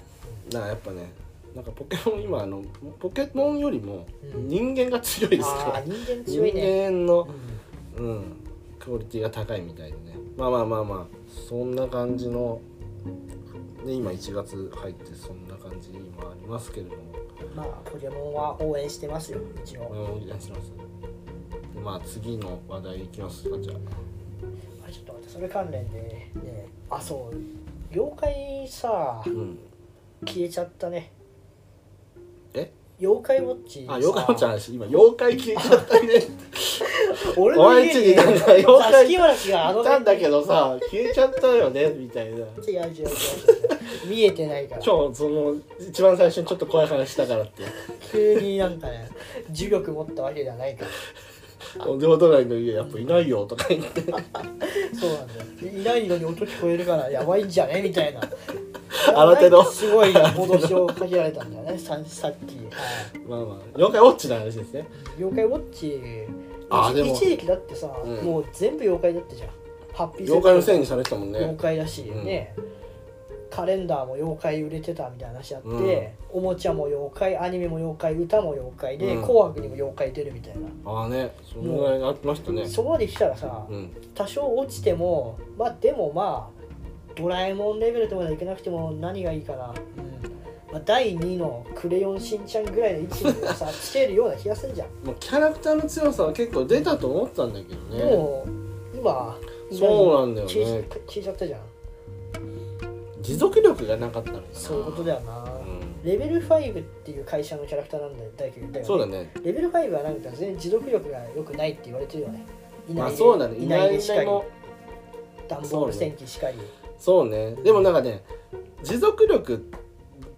B: だからやっぱねなんかポケモン今あのポケモンよりも
A: うん
B: 人間が強いです
A: あ
B: か
A: あ人間
B: ら
A: 強
B: 人
A: いね
B: 間の
A: うん
B: うんクオリティが高いみたいでねまあまあまあまあそんな感じので今1月入ってそんな感じ今ありますけれども
A: まあポケモンは応援してますよ一
B: こ
A: 応
B: れをお願いしますでまあ次の話題いきますかじゃ
A: あれちょっと待ってそれ関連でねあそう妖怪さ
B: あうん
A: 消えちゃったね
B: え
A: 妖怪ウォッチさ
B: あ妖怪ウォッチの話今妖怪消えちゃ ったね
A: 俺
B: お
A: の
B: 前ん
A: 家
B: ち
A: に
B: になんか妖怪
A: 座敷があ
B: い
A: の
B: たんだけどさ消えちゃったよねみたいな
A: 違う違う違う違う見えてないから
B: 今日その一番最初にちょっと怖い話したからって
A: 急になんかね呪力持ったわけじゃないから
B: 両隣の家やっぱいないよとか言って
A: そうなんだよいないのに音聞こえるからやばいんじゃねみたい な
B: 新手の
A: すごい脅しをかけられたんだよねささっき、はい
B: まあまあ妖怪ウォッチの話ですね
A: 妖怪ウォッチ
B: あ
A: 一
B: でも
A: 一時期だってさ、
B: うん
A: もう全部妖怪だったじゃんハッピーセッ
B: 妖
A: ト
B: 怪のせいにされてたもんね
A: 妖怪だしね、カレンダーも妖怪売れてたみたいな話あって、おもちゃも妖怪アニメも妖怪歌も妖怪で「
B: うん
A: 紅白」にも妖怪出るみたいな、
B: ああねそのぐらいありましたね
A: そこまで来たらさ、
B: うん
A: 多少落ちてもまあでもまあドラえもんレベルとまではいけなくても何がいいかな、うんまあ、第2の「クレヨンしんちゃん」ぐらいの位置に さ来てるような気がするじゃん、
B: まあキャラクターの強さは結構出たと思ったんだけどね
A: でも今
B: そうなんだよね
A: 消えちゃ消えちゃったじゃん
B: 持続力がなかったのかな
A: そういうことだよな、
B: う
A: レベル5っていう会社のキャラクターなんだよだけどだよね
B: んそうだね
A: レベル5はなんか全然持続力が良くないって言われてるよねいな
B: まあ
A: いで
B: そうだね
A: い
B: い
A: な
B: ないい
A: でしか
B: ね
A: り
B: も
A: ダンボール戦記しかり
B: そうねでもなんかね持続力っ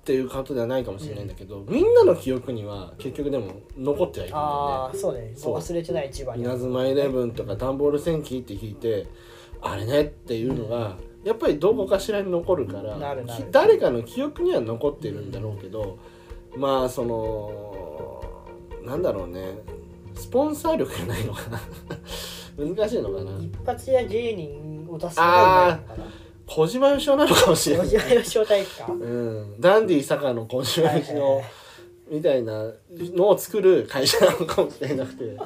B: ていうことではないかもしれないんだけど、みんなの記憶には結局でも残ってはいるんだよね
A: ああそうね
B: そう
A: 忘れてない一番に
B: 稲妻イレブンとか段ボール戦記って聞いてあれねっていうのがやっぱりどこかしらに残るから
A: なるなる
B: き誰かの記憶には残ってるんだろうけどまあそのなんだろうねスポンサー力がないのかな 難しいのかな
A: 一発屋芸人を出す
B: あ
A: かな
B: 小島よしおなのかもしれな
A: 小
B: い、
A: 島よしお大会か
B: うん、ダンディ坂の小島よし
A: はいはい
B: お
A: はい
B: みたいなのを作る会社なのかもしれなくて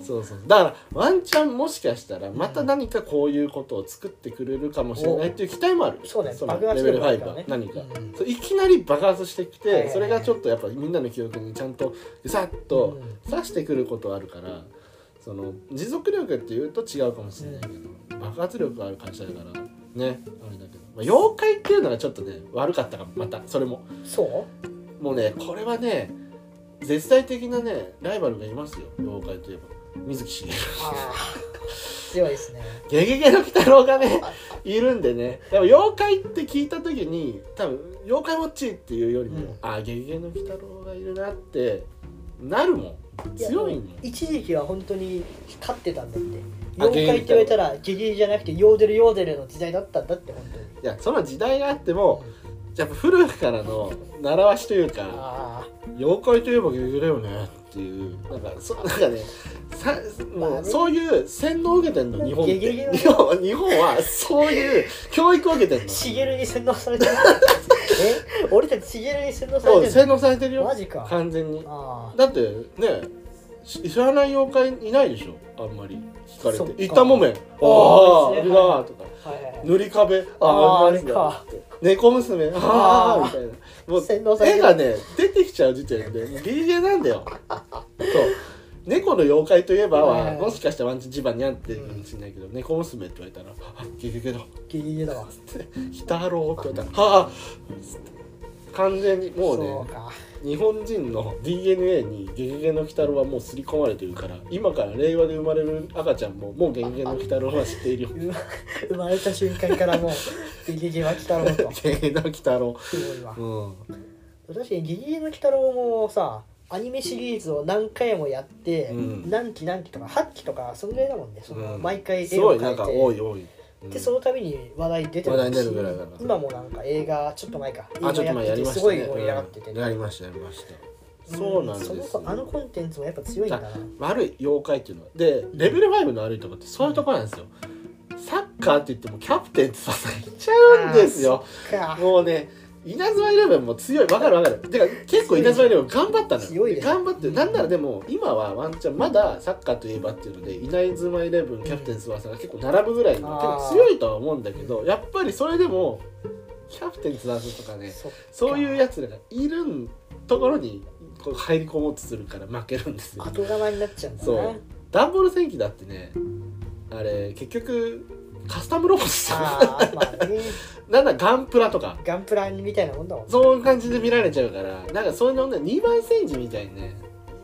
B: そうそうだからワンチャンもしかしたらまた何かこういうことを作ってくれるかもしれないっていう期待もある
A: そうだね
B: の
A: 爆発
B: レベ
A: 力
B: ル
A: もあるか
B: 5
A: ら
B: は
A: ね
B: 何か、
A: うん
B: そういきなり爆発してきて、
A: はいはいはい
B: それがちょっとやっぱみんなの記憶にちゃんとさっと刺してくることはあるから、その持続力っていうと違うかもしれないけど、爆発力がある会社だからねあれだけど、まあ、妖怪っていうのがちょっとね悪かったかもまたそれも。
A: そ
B: もうねこれはね絶対的なねライバルがいますよ妖怪といえば水木しげる
A: うあー強いですね
B: 「ゲゲゲの鬼太郎」がねいるんでねでも妖怪って聞いた時に多分「妖怪ウォッチ」っていうよりも
A: う
B: 「
A: ん
B: あゲゲゲの鬼太郎がいるな」ってなるもん強い
A: や
B: もん
A: 一時期は本当に勝ってたんだって
B: あ
A: 妖怪って言われたらゲゲゲじゃなくてヨーデルヨーデルの時代だったんだって本当に
B: いやその時代があってもやっぱ古くからの習わしというか
A: あ
B: 妖怪といえばゲゲゲだよねっていうなんかそなんかねさも
A: まあ
B: う
A: ね
B: そういう洗脳を受けてんの日本っ
A: ゲゲゲ
B: て
A: はね
B: 日本は日本はそういう教育を受けて ん
A: あ
B: の
A: しげるに洗脳され てるえ俺たちしげるに洗脳さ
B: そ
A: れ
B: う
A: てる
B: 洗脳されてるよ
A: マジか
B: 完全に
A: あ
B: だってねし知らない妖怪いないでしょあんまり聞か
A: そっ
B: れ
A: か
B: て「いたもめ」ああ
A: あ
B: あ
A: ー
B: れだ
A: は
B: とか
A: あはいはい
B: 「
A: はい
B: 塗り壁」
A: あー
B: あれだって「猫娘」ああ
A: あー
B: みたいなもう
A: 洗脳され
B: 絵
A: て
B: が
A: る
B: ね出てきちゃう時点でもうギリギリなんだよそう猫の妖怪といえば
A: は
B: はいもしかしたらワンチ地盤にあってるかもしれないけど、猫娘って言われたら「あゲゲゲだ」
A: ギリギリだわ
B: 「鬼太郎」って言われたら「はあ」完全にもうね
A: そうか。
B: 日本人の DNA に「ゲゲゲの鬼太郎」はもう刷り込まれてるから今から令和で生まれる赤ちゃんももう「ゲゲゲの鬼太郎」は知っているよ
A: う生まれた瞬間から もう「ギリギリは鬼太郎」と
B: ゲゲゲの鬼太郎、
A: すごいわ
B: うん、
A: 確かに「ギリギリの鬼太郎」もさアニメシリーズを何回もやって、
B: うん
A: 何期何期とか8期とかそんぐらいだもんねその、
B: うん
A: 毎回
B: す
A: 絵を
B: ごい
A: 描
B: なん
A: いて
B: か多い多い。うん
A: でその度に話題出て
B: 話題
A: し
B: になるぐらいだから
A: 今もなんか映画ちょっと前か映
B: あちょっと
A: 画
B: 前やりました
A: す
B: ね
A: ごい盛り上がってて、
B: うんやりましたやりましたそうなんです
A: そ
B: よ
A: の子あのコンテンツもやっぱ強いんだな
B: 悪い妖怪っていうのはでレベル5の悪いとこってそういうとこなんですよサッカーって言ってもキャプテンってさいちゃうんですよ
A: か
B: もうね稲妻イレブンも強いわかるわかるてか結構稲妻イレブン頑張ったのよ
A: 強いです
B: 頑張ってなんならでも今はワンチャンまだサッカーといえばっていうので稲妻イレブンキャプテン翼が結構並ぶぐらいの
A: あー
B: 結構強いとは思うんだけどやっぱりそれでもキャプテン翼とかね
A: そっか
B: そういうやつらがいるんところにこう入り込もうとするから負けるんですよ。
A: 後釜になっちゃうんだ
B: そ
A: な
B: うダンボール戦記だってねあれ結局カスタムロボットさ
A: ああまあね
B: なんだガンプラとか
A: ガンプラみたいなもんだもん
B: そういう感じで見られちゃうからなんかそういうのね2番戦時みたいにね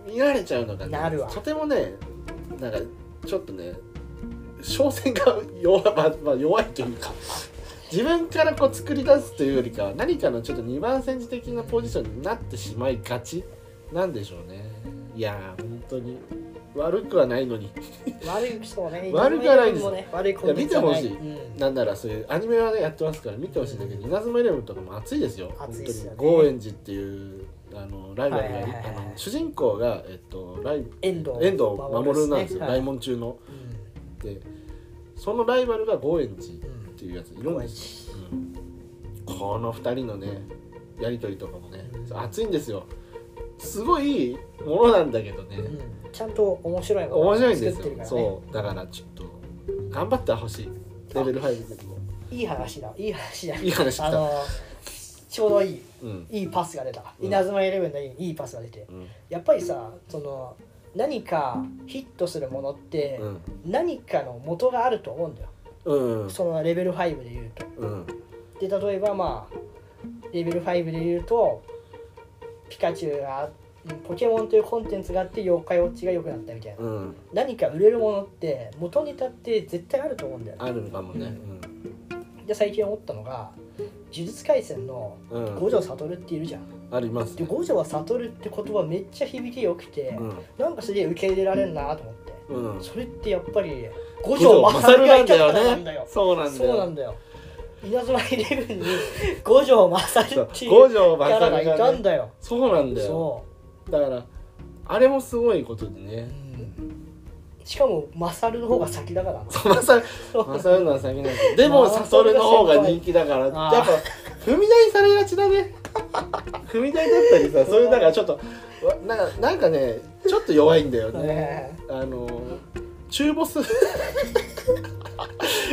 B: 見られちゃうのが、ね、
A: なるわ
B: とてもねなんかちょっとね商戦が弱,、まあまあ、弱いというか自分からこう作り出すというよりかは何かのちょっと2番戦時的なポジションになってしまいがちなんでしょうねいやー本当に悪くはないのに
A: 悪いそうね
B: 悪くはないです
A: もね悪いコンテンツはない
B: いや見て
A: うん
B: なんならそういうアニメはねやってますから見てほしいんだけど「稲妻イレブン」とかも熱いですよ
A: 熱いっすよね
B: 本当にゴーエンジっていうあのライバルが、
A: はいはいはいはい
B: あの主人公が、えっと、ライ
A: 遠藤
B: 遠藤守なんですよ、
A: はい
B: 大門中の。
A: うん
B: でそのライバルがゴーエンジっていうやついるん
A: 怖
B: で
A: い
B: すよ、
A: し
B: うんこの2人のねやり取りとかもね熱いんですよすごいものなんだけどね、
A: うんちゃんと面白いもの
B: 面
A: を
B: 白いん
A: 作
B: で
A: っ
B: す
A: て
B: よ、
A: るからね
B: そうだからちょっと頑張ってほしいレベル5でも
A: いい話だいい話だ
B: いい話来た
A: あのちょうどいい
B: うん
A: いいパスが出た
B: うん
A: 稲妻イレブンのいいいいパスが出て
B: うん
A: やっぱりさその何かヒットするものって
B: うん
A: 何かの元があると思うんだよ
B: うん
A: そのレベル5で言うと
B: うん
A: で例えばまあレベル5で言うとピカチュウがうんポケモンというコンテンツがあって妖怪ウォッチが良くなったみたいな
B: うん
A: 何か売れるものって元ネタって絶対あると思うんだよね
B: あるかもね
A: で最近思ったのが「呪術廻戦」の
B: うん、う
A: 五
B: ん、
A: 条悟っているじゃん
B: あります
A: で
B: ね
A: 五条は悟るって言葉めっちゃ響きよくて、
B: うん
A: なんかすげえ受け入れられるなと思って、
B: うん
A: それってやっぱり五
B: 五条
A: 条
B: 勝
A: 勝
B: な
A: が
B: ん
A: い
B: だ
A: たから
B: よ
A: なんだ
B: ね
A: よ
B: そうなんだ
A: そうな
B: よ
A: んだよ稲妻イレブンに五条勝っていう
B: 五
A: キ
B: 条
A: ャラ
B: 勝
A: がい
B: が
A: た
B: ね
A: んだよ
B: そうなんだよ
A: そ
B: だからあれもすごいことで
A: う、う
B: ね
A: ん、しかも勝の方が先だからな
B: そう勝勝るのは先なんだけどでも悟の方が人気だからやっ
A: あー
B: ぱ踏み台されがちだね踏み台だったりさそれだからちょっとわなんかなんかねちょっと弱いんだよね
A: ね
B: あの中ボス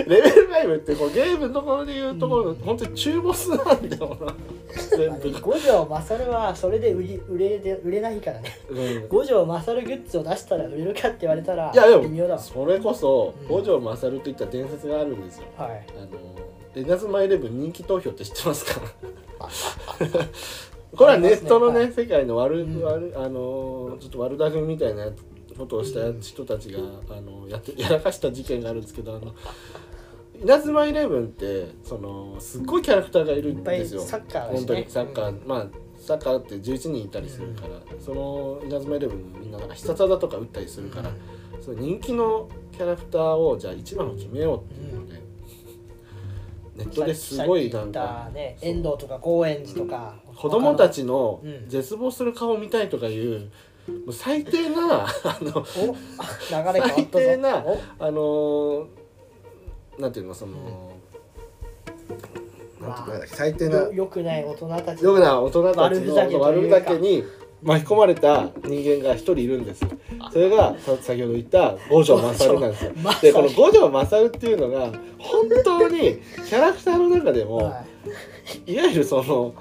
B: レベル5ってこうゲームのところでいうところの、
A: うん
B: 本当に中ボスなんだよな全部、
A: 五条勝はそれで売り売れで売れないから ね
B: うん
A: 五条勝グッズを出したら売れるかって言われたら
B: いやで
A: 微妙だ
B: も
A: わ
B: それこそ
A: うん
B: 五条勝といった伝説があるんですよ、
A: はい
B: あの「稲妻イレブン人気投票」って知ってますかこれはネットの
A: あ
B: ね
A: り
B: 世界の悪,、
A: うん
B: 悪あのーちょっと悪だくみたいなことをした人たちが、あのやってやらかした事件があるんですけどあの稲妻イレブンってそのすっごいキャラクターがいるんですよ
A: いっぱいサッカーだしね
B: 本当にサッカー、
A: うん
B: まあサッカーって11人いたりするから、その稲妻イレブンみんななんか必殺技とか打ったりするから、そう人気のキャラクターをじゃあ一番を決めようっていうので、ネットですごいなん
A: さ
B: か
A: っき言ったね遠藤とか高円寺とか
B: 子供た
A: ち
B: ちの
A: うん
B: 絶望する顔を見たいとかいうもう最 低なあの
A: おあ流れ変わったぞ
B: 最低な
A: お
B: あのーなんていうのその、なんていうんだっけ最低な
A: よよくない大人たち
B: よくな大人たち
A: 悪ふざけという
B: の
A: か
B: 悪ふざけに巻き込まれた人間が一人いるんですよそれがさ先ほど言った五条勝なんですよ
A: 五条
B: で この五条勝っていうのが本当にキャラクターの中でも
A: はい
B: わゆるその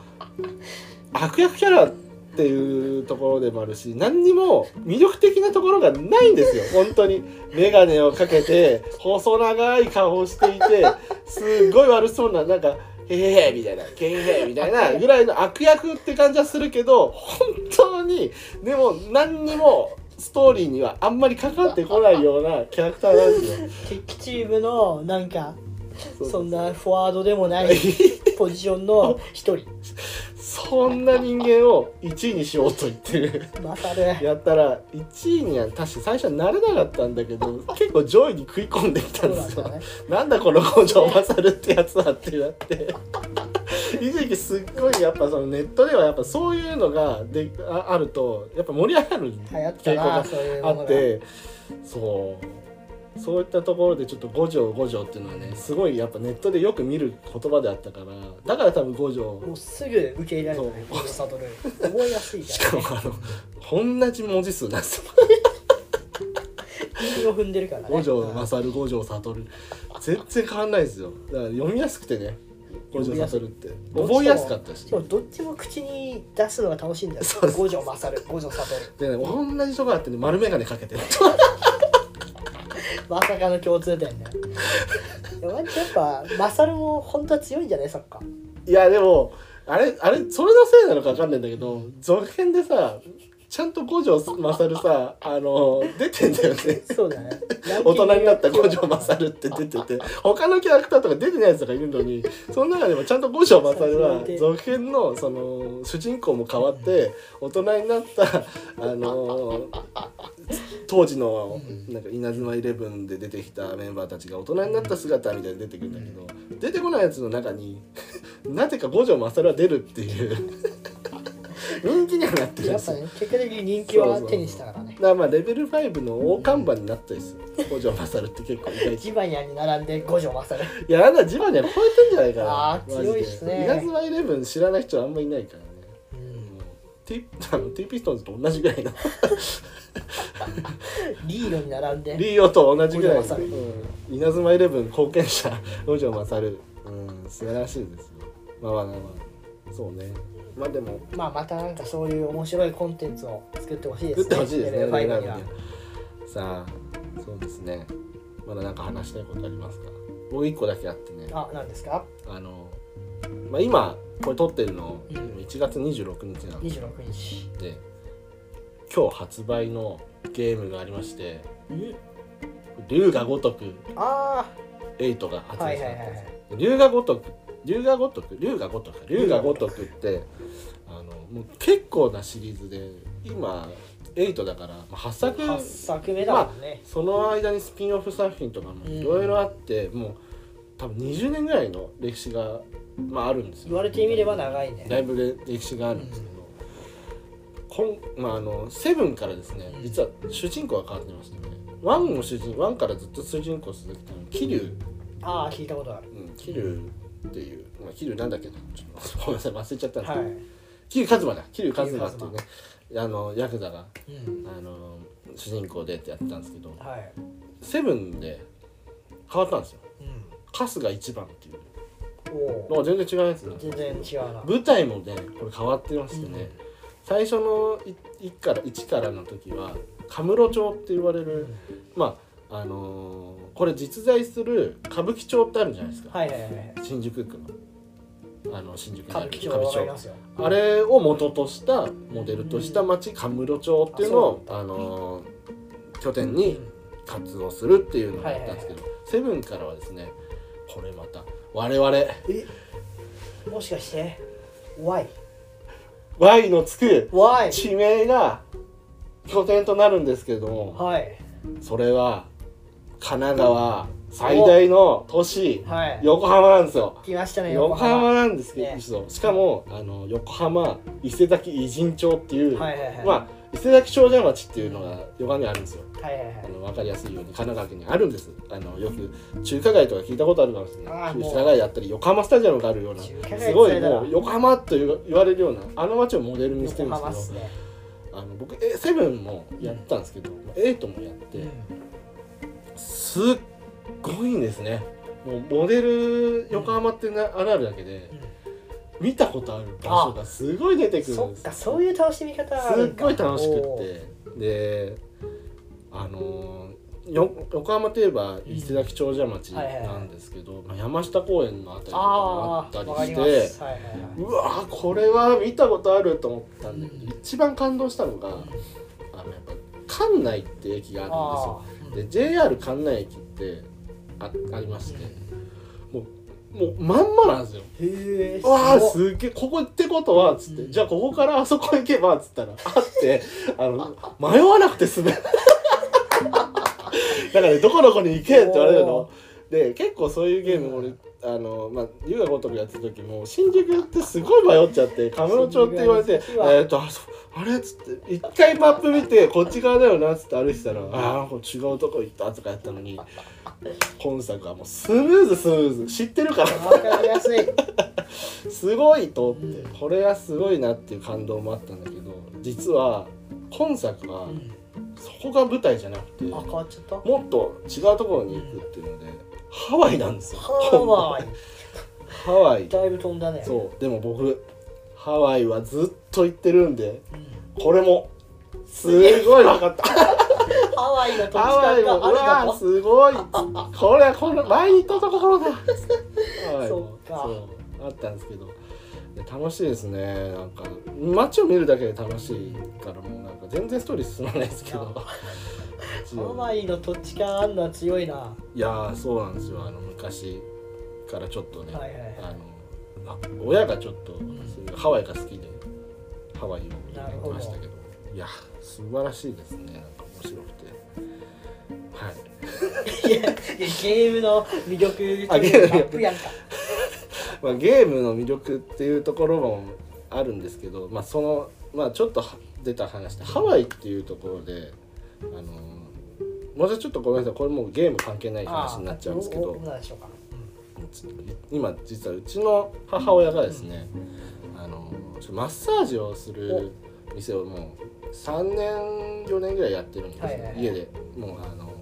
B: 悪役キャラっていうところでもあるし何にも魅力的なところがないんですよ本当に眼鏡をかけて細長い顔をしていてすっごい悪そうななんか「へえ」みたいな「けへへ」みたいなぐらいの悪役って感じはするけど本当にでも何にもストーリーにはあんまり関わってこないようなキャラクターなんですよ。
A: 敵チームのなんか
B: そう
A: そんなフォワードでもない ポジションの一人
B: そんな人間を1位にしようと言ってる
A: 勝る
B: やったら1位には確か最初はなれなかったんだけど結構上位に食い込んできた
A: そ
B: ん
A: う
B: で
A: なん
B: す
A: だ
B: よ
A: ね
B: なんだこの工場マサルってやつはってなって一時期すっごいやっぱそのネットではやっぱそういうのがでああるとやっぱ盛り上が
A: 流
B: る
A: 行った
B: 傾向
A: な
B: が
A: そういうも
B: あ
A: の
B: っ
A: が
B: てそうそういったところでちょっと五条五条っていうのはねすごいやっぱネットでよく見る言葉であったからだから多分五条
A: もうすぐ受け入れられるね
B: そう
A: このサドル覚えやすい
B: し
A: か
B: かもあの同じ文字数なんですよ
A: ら韻を踏んでるからね
B: 五条
A: うん
B: 勝五条悟全然変わんないですよだから読みやすくてね五条悟って覚えやすかったし
A: でもどっちも口に出すのが楽しいんだよ
B: そうそう
A: 五条勝る五条悟る
B: でね同じ人があってね丸眼鏡かけて る
A: まさかの共通 点ねでもやっぱ勝るも本当は強いんじゃないサッカー
B: いやでもあれあれそれのせいなのかわかんないんだけど続編でさちゃんと五条勝さあの出てんだよね
A: そうだね
B: 大人になった五条勝って出てて他のキャラクターとか出てないやつとかいるのにその中でもちゃんと五条勝は続編のその主人公も変わって大人になったあの当時のなんか稲妻イレブンで出てきたメンバーたちが大人になった姿みたいに出てくるんだけど出てこないやつの中になぜか五条勝は出るっていう人気にはなってるん
A: やっ
B: です
A: ぱ
B: よ。
A: ね結果的に人気は手にしたからね
B: だからまあレベル5の大看板になったですよ五条勝って結構意外と
A: ジバニャンに並んで五条勝る
B: いやあんなジバニャ超えてんじゃないかな
A: あー
B: マジ
A: 強いっすね
B: 稲妻イレブン知らない人はあんまいないからね、もうティあのティーピストンズと同じぐらいの
A: リードに並んで
B: リーオと同じぐらい
A: 五条
B: の、
A: 勝
B: うん稲妻イレブン貢献者五条勝る、うん、素晴らしいですよまあまあまあまあそうねまあでも
A: まあまたなんかそういう面白いコンテンツを作ってほしいです
B: 打っ
A: ね
B: てほしいですね
A: レベルファイブ
B: レベ
A: に
B: ル
A: は
B: ファイブにはさあそうですねまだなんか話したいことありますか僕一個だけあってね
A: あなんですか
B: あの、まあ、今これ撮ってるの
A: うん
B: 1月26日なんで
A: 26日
B: で今日発売のゲームがありまして
A: うん
B: 「龍が如く
A: あ
B: 8」が発
A: あは
B: 売
A: い
B: さ
A: はい
B: れ
A: は
B: たんです
A: い
B: 龍が如く龍が如く龍が如く龍が如くってあのもう結構なシリーズで今8だからまあ8作
A: 8作目だもんね、
B: その間にスピンオフ作品とかもいろいろあって、もう多分20年ぐらいの歴史が、まあ、あるんですよ
A: 言われてみれば長いね
B: だいぶれ歴史があるんですけど、こんまああのセブンからですね
A: うん
B: 実は主人公が変わってましたねワンも主人ワンからずっと主人公続けたの桐生
A: ああ聞いたことある
B: うん桐生っていうまあ桐生なんだっけなちょっとごめんなさい忘れちゃったんです
A: は
B: けど、
A: い、
B: 桐生一馬だ桐生一馬っていうねあのヤクザが
A: うん、
B: あの主人公でってやってたんですけど
A: はい、
B: セブンで変わったんですよ
A: う、
B: 春日一番っていうん
A: おお
B: のが全然違うやつなんですよ
A: 全然違うな
B: 舞台もねこれ変わってましてね、
A: うん
B: 最初のい1から1からの時はカムロ町って言われる、まああのーこれ実在する歌舞伎町ってあるじゃないですか、
A: はいはいはいはい
B: 新宿区のあの新宿に
A: 歌
B: あ
A: 舞
B: る
A: 伎町わかりますよ
B: あれを元としたモデルとした町カムロ町っていうのを、あのー拠点に活動するっていうのがあったんですけど、セブンからはですねこれまた我々
A: えもしかして Y
B: Y のつく
A: Y
B: 地名が拠点となるんですけれども
A: はい
B: それは神奈川最大の都市
A: はい
B: 横浜なんですよ
A: 来ましたね
B: 横浜なんですけど、
A: ね
B: そうしかもあの横浜伊勢崎偉人町っていう、
A: はいはいはい
B: まあ伊勢崎長者町っていうのが横浜にあるんですよ
A: はいはいは
B: あ
A: い
B: の分かりやすいように神奈川県にあるんですあのよく中華街とか聞いたことあるかもしれな
A: あ
B: い
A: ー
B: 中
A: もう
B: 華街だったり横浜スタジアムがあるようなす
A: 中華街
B: ご
A: そ
B: い
A: れだな
B: もう横浜と言わ言われるようなあの街をモデルにしてる
A: 横
B: んです
A: 浜
B: け
A: っ
B: ど
A: すね
B: あの僕えセブンもやったんですけど、エイトもやって、
A: うん
B: すっごいんですねもうモデル横浜ってな、あるあるだけで見たことある場所がすごい出てくる
A: そ
B: ん
A: っ
B: です
A: かそういう楽しみ方あ
B: す
A: る
B: っ
A: んか
B: ごい楽し
A: お
B: く
A: ー
B: ってであのーよ横浜といえば伊勢崎長者町なんですけど、まあ山下公園のあたりとかもあ
A: あ
B: っ
A: あ
B: た
A: わか
B: り
A: り
B: し
A: ま
B: て
A: すはいはいはいう
B: わーこれは見たことあると思ったんだけど、
A: うん
B: 一番感動したのがあのやっぱ関内って駅があるんですよで JR 関内駅ってあありましてもうまんまなんですよ
A: ーへえ
B: わあ
A: すごい
B: すげえここってことはつって、
A: うん
B: じゃあここからあそこ行けば つったらあってあの迷わなくて済む だから、ね、どこどこに行けって言われるの
A: お
B: で結構そういうゲーム俺、
A: うん
B: あのまあ優雅ごとくやってた時も新宿ってすごい迷っちゃってカムロ町って言われて
A: 新宿は
B: えっ、とあそあれっつって一回マップ見てこっち側だよなっつって歩いてたらあーなんか違うとこ行ったとかやったのに今作はもうスムーズスムーズ知ってるから
A: わかりやすい
B: すごいと思って、
A: うん
B: これはすごいなっていう感動もあったんだけど実は今作はそこが舞台じゃなくて、
A: あ変わっちゃった
B: もっと違うところに行くっていうのでハワイなんですよ
A: ハワイ
B: ハワイ
A: だいぶ飛んだね
B: そうでも僕ハワイはずっと行ってるんで
A: うん
B: これもすごい分かった
A: ハワイの土地
B: ハワイ
A: 勘
B: もう
A: があるだ
B: わー
A: と
B: すごいこれはこの前に行ったところだハワイも
A: そっか
B: そうあったんですけどで楽しいですねなんか街を見るだけで楽しいからもうなんか全然ストーリー進まないですけど街
A: ハ
B: を
A: ワイの土地勘あんのは強いない
B: やーそうなんですよあの昔からちょっとね、
A: はいはいはい
B: あのあ親がちょっと
A: ん
B: そういうハワイが好きでハワイを
A: なる
B: 行
A: ほ
B: き
A: ど
B: ましたけどいや素晴らしいですねなんか面白くてはい
A: いやいやゲームの魅力って
B: あゲ
A: い
B: ー
A: う
B: ム
A: かアップやんか
B: まあ、ゲームの魅力っていうところもあるんですけど、まあ、その、まあ、ちょっとは出た話でハワイっていうところで、あのーもうちょっとちょっとごめんなさいこれもうゲーム関係ない話になっちゃうんですけ
A: あーお
B: ど
A: おなんでしょうか
B: 今実はうちの母親がですね、あのーちょっとマッサージをする店をもう3年4年ぐらいやってるんですね、
A: はいはいはい
B: 家でもうあの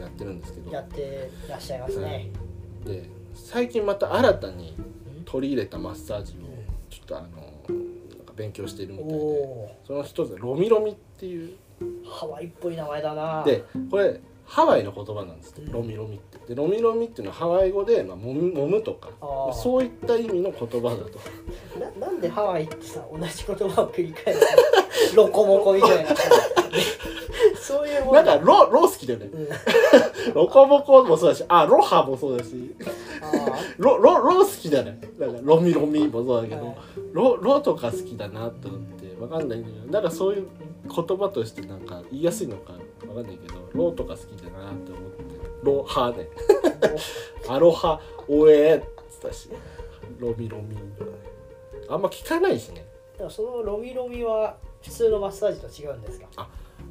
B: やってるんですけど
A: やってらっしゃいますね
B: で最近また新たに
A: うん
B: 取り入れたマッサージを
A: うん
B: ちょっとあのなんか勉強しているみた
A: お
B: いで
A: お
B: その一つロミロミっていう
A: ーハワイっぽい名前だな
B: でこれハワイの言葉なんですっ
A: う
B: て
A: ん
B: ロミロミってでロミロミっていうのはハワイ語で、まあ、もむもむとか
A: あー
B: まあそういった意味の言葉だと
A: ななんでハワイってさ同じ言葉を繰り返す のロコモコみたいなそういうもん
B: なん
A: だ
B: かロロ好きだよね
A: うん、あ
B: ロコボコもそうだしあロハもそうだし
A: ー
B: ロロロ好きだねなんかロミロミもそうだけど、
A: はい
B: ロロとか好きだなと思ってわかんないんだけどなんかそういう言葉としてなんか言いやすいのかわかんないけどロとか好きだなって思ってロハねアロハオエっつったしロミロミあんま聞かないしね
A: でもそのロミロミは普通のマッサージと違うんですか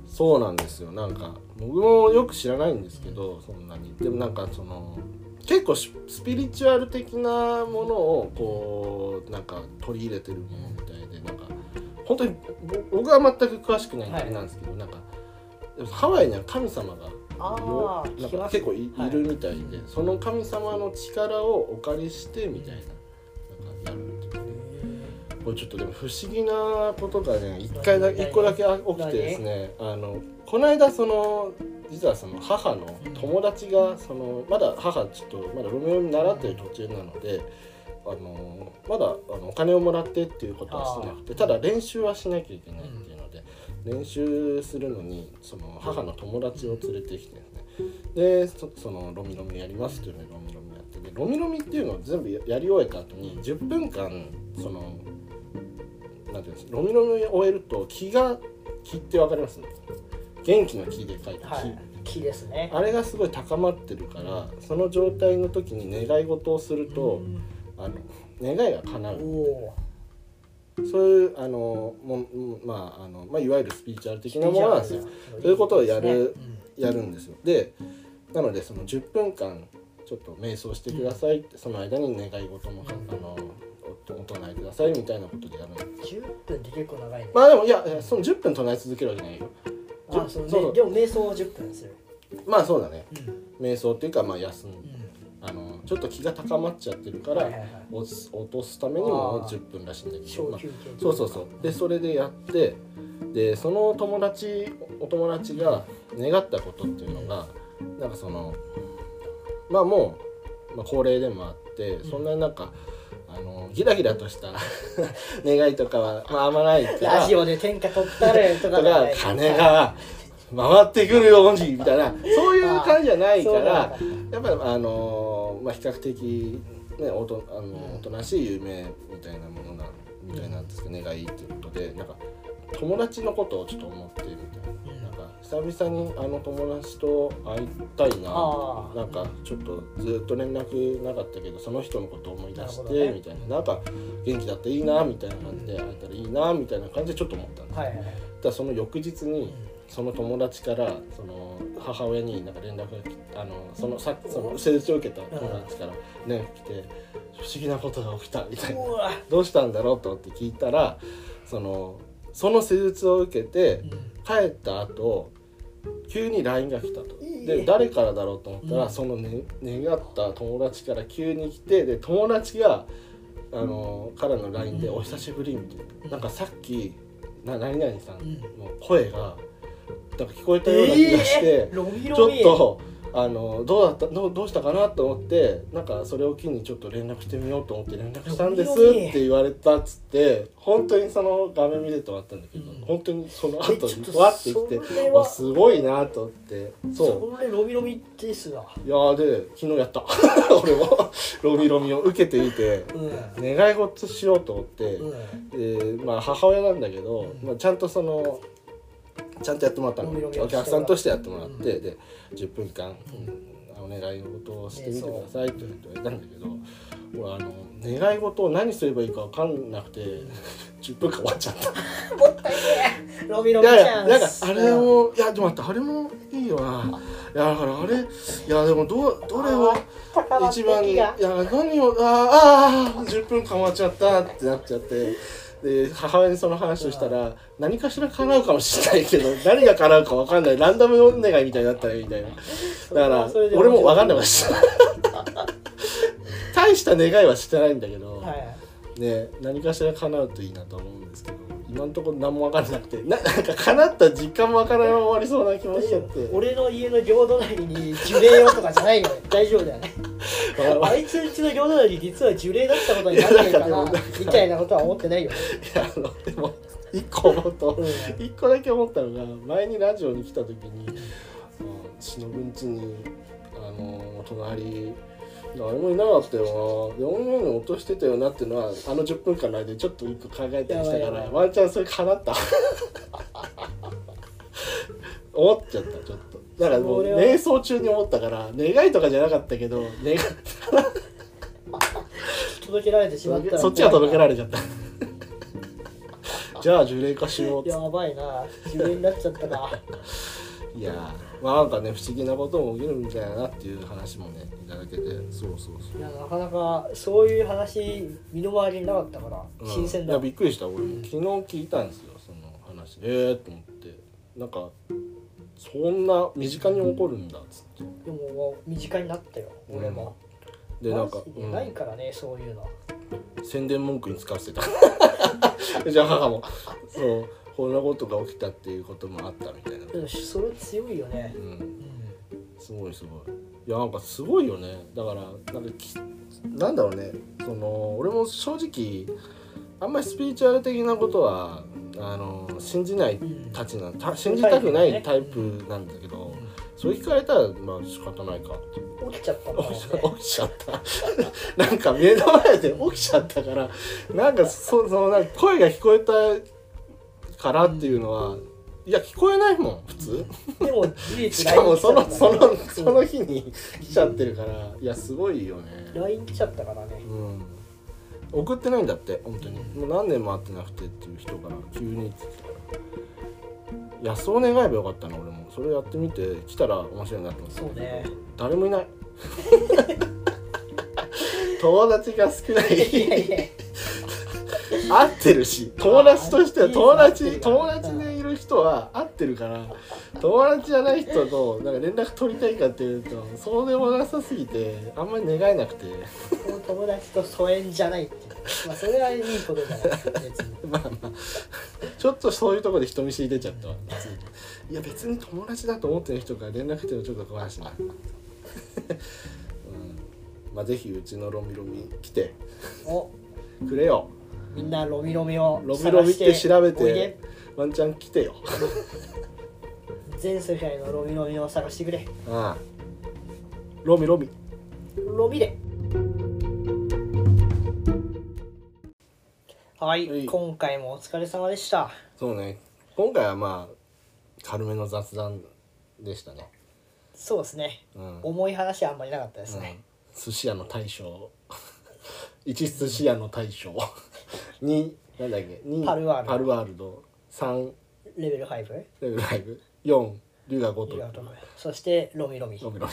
B: そうなんですよなんか僕もよく知らないんですけどそんなにでもなんかその結構しスピリチュアル的なものをこうなんか取り入れてるものみたいでなんか本当にぼ僕は全く詳しくないんで
A: はい
B: あれなんですけど、なんかでもハワイには神様が
A: ああ
B: よ
A: 聞
B: なん
A: き
B: か
A: ます
B: 結構い,、
A: はい
B: るみたいでその神様の力をお借りしてみたいななんかやるっていうねこれちょっとでも不思議なことがね一回だけ一個だけ起きてですねあのこの間その実はその母の友達がそのまだ母ちょっとまだロメオに習ってる途中なので。あのまだあのお金をもらってっていうことはしてなくてただ練習はしなきゃいけないっていうので、練習するのにその母の友達を連れてきてですねでそそのロミロミやりますっていうのでロミロミやってでロミロミっていうのを全部ややり終えた後に10分間そのなんていうんですロミロミを終えると気が気ってわかります元気の気で書いて気、
A: はい木ですね
B: あれがすごい高まってるからその状態の時に願い事をすると
A: うん
B: あの願いが叶う
A: お
B: そういうあのもんまああの、まあ、いわゆるスピーチュアル的なものなんですよ。
A: そ
B: そういうことをやるやるんですよでなのでその10分間ちょっと瞑想してくださいってその間に願い事もあのおお唱えくださいみたいなことでやるんです
A: 10分って結構長いね
B: まあでもいやいやその10分唱え続けるわけないよ
A: あそうね
B: そうそう
A: でも瞑想は10分する
B: まあそうだね
A: うん
B: 瞑想っていうかまあ休む
A: うん
B: あのちょっと気が高まっちゃってるから
A: はいはいはい
B: 落す落とすためにも
A: あー
B: 10分らしいんだけど、
A: 小
B: まあ
A: 休憩
B: そうそうそうでそれでやってでその友達お友達が願ったことっていうのがなんかそのまあもう、まあ、高齢でもあってそんなになんか、あのギラギラとした 願いとかは、まあ、あんまないから
A: ラジオで天下取ったれとか
B: だから金が回ってくるようにみたいなそういう感じじゃないか
A: そう
B: ら
A: なんだ
B: やっぱりあのーまあ比較的ねおとあのー
A: うん
B: おとなしい夢みたいなものなみたいなんですけど願いっていうことでなんか友達のことをちょっと思ってみたいななんか久々にあの友達と会いたいな
A: あー
B: なんかちょっとずっと連絡なかったけどその人のことを思い出し
A: なる
B: て、
A: ほどね
B: みたいななんか元気だったらいいなみたいな感じで会えたらいいなみたいな感じでちょっと思ったんです
A: はいはいはい
B: だからその翌日にその友達からその母親になんか連絡が来あのそのさその施術を受けた友達から連絡来て「不思議なことが起きた」みたいな
A: うわ
B: 「どうしたんだろう?」と思って聞いたらそのその施術を受けて帰った後急に LINE が来たと。
A: いい
B: で誰からだろうと思ったら、
A: うん
B: その、ね、願った友達から急に来てで友達があのからの LINE で「
A: うん
B: お久しぶり」みたいな、
A: うん
B: なんかさっきな何々さん
A: うん
B: の声がなんか聞こえたような気がして
A: え、ーロミ
B: ちょ
A: ロミ
B: っと。あのどうだったどうどうしたかなと思ってなんかそれを機にちょっと連絡してみようと思って連絡したんですっ
A: ロミロミ
B: て言われたっつって本当にその画面見てとわったんだけど、
A: うん
B: 本当にその後
A: えちょっ
B: に
A: と
B: わってきて
A: それは
B: わすごいなと思ってそう
A: それロミロミですわ
B: いやーで昨日やった 俺もロミロミを受けていて
A: うんうん
B: 願い事しようと思って、えーまあ母親なんだけど、
A: うん
B: まあ、ちゃんとそのちゃんとやってもらったの
A: ロミロミ
B: お
A: をしてもらう
B: 客さんとしてやってもらって、
A: う
B: で10分間、うんお願い事をしてみてくださいって言われたんだけど、俺あの願い事を何すればいいか分かんなくて10分間 終わっちゃった。
A: ロミロ
B: い
A: ミチ
B: やいや
A: ャ
B: なん
A: ン
B: か
A: ス
B: あれもいやでも待ってあれもいいよな。いやだからあれいやでもどうどれを一番いや何をあーあー10分間終わっちゃったってなっちゃって。で母親にその話をしたら何かしら叶うかもしれないけど何が叶うか分かんないランダムお願いみたいになったらみたいなだから俺も分かんな いいました大した願いはしてないんだけど、
A: はい
B: ね何かしら叶うといいなと思うんですけど今のところ何も分からなくてななんか叶った実感も分からないまま終わりそうな気もしちゃって
A: 俺の家の両隣に樹齢よとかじゃないよね大丈夫だよねあいつうちの両隣に実は樹齢だったことになってるか
B: いやな
A: なん
B: かでも
A: みたいなことは思ってないよね
B: いやあのでも一個思うと
A: う
B: 一個だけ思ったのが前にラジオに来た時にあの忍ん家にあの隣誰もいなかったよな4年に落としてたよなっていうのはあの10分間の間でちょっと一個考えたり
A: や
B: したか
A: ばいやば
B: ら
A: い
B: ワンチャンそれ叶った思っちゃったちょっとだからもう
A: それは
B: 瞑想中に思ったから願いとかじゃなかったけど願い
A: 届けられてしまったら
B: そっちが届けられちゃったじゃあ呪霊化しようっつって
A: やばいな樹齢になっちゃったか
B: いやーまあなんかね不思議なことも起きるみたいだなっていう話もねいただけてそうそうそ
A: いやなかなかそういう話身の回りになかったから
B: う、うん
A: 新鮮
B: い
A: だ
B: やびっくりした俺も昨日聞いたんですよその話ええー、と思ってなんかそんな身近に起こるんだっつって
A: でももう身近になったよ
B: うん
A: 俺も、
B: でなんか
A: マ、ジ
B: う
A: で
B: ん
A: ないからね、そういうの
B: 宣伝文句に使わせてた じゃあ母もそうこんなことが起きたっていうこともあったみたいな
A: でもそれ強いよね
B: う、ん
A: うん
B: すごいすごいいやなんかすごいよねだからなんかきなんだろうねその俺も正直あんまりスピリチュアル的なことはあの信じない
A: うん
B: たちなた信じたくないタイプなんだけどそれ聞かれたらまあ仕方ないか って
A: 起きちゃったん だもんね
B: 起きちゃった なんか目の前で起きちゃったからなんかそそのなんか声が聞こえたからっていうのはいや聞こえないもん普通。
A: でも事
B: し
A: 実
B: かもそ
A: LINE
B: の
A: 来ちゃったか
B: そ
A: ら
B: のその日に来ちゃってるからいやすごいよね
A: LINE 来ちゃったからね
B: うん送ってないんだって本当にもう何年も会ってなくてっていう人が急に来ていやそう願えばよかったな俺もそれやってみて来たら面白いなと思って
A: そうね
B: 誰もい ない友達が少ない
A: いやいや
B: 合ってるし友達としては友
A: あいい
B: 達
A: ですね合
B: 友
A: ってる
B: 達でいる人人は合ってるから友達じゃない人となんか連絡取りたいかっていうとそうでもなさすぎてあんまり願えなくて
A: その友達と疎遠じゃないっていうまあそれはいいことじゃない別に
B: まあまあちょっとそういうところで人見知り出ちゃったわ別にいや別に友達だと思ってる人から連絡っていうのはちょっと怖いしな、 うん、まあぜひうちのロミロミ来て
A: お
B: くれよ
A: みんなロミロミを
B: ロミロミって調べ
A: おいで
B: てワンチャン来てよ
A: 全世界のロミロミを探してくれ
B: ああロミロミ
A: ロミではい、
B: はい
A: 今回もお疲れ様でした
B: そうね今回はまあ軽めの雑談でしたね、
A: そうですね
B: うん
A: 重い話はあんまりなかったですね、
B: うん寿司屋の大将 一寿司屋の大将 二なんだっけ二
A: パルワールド
B: パルワールド三
A: レベル5
B: レベル5四龍が如
A: 竜が
B: く
A: 如くそしてロミロミ
B: ロビロ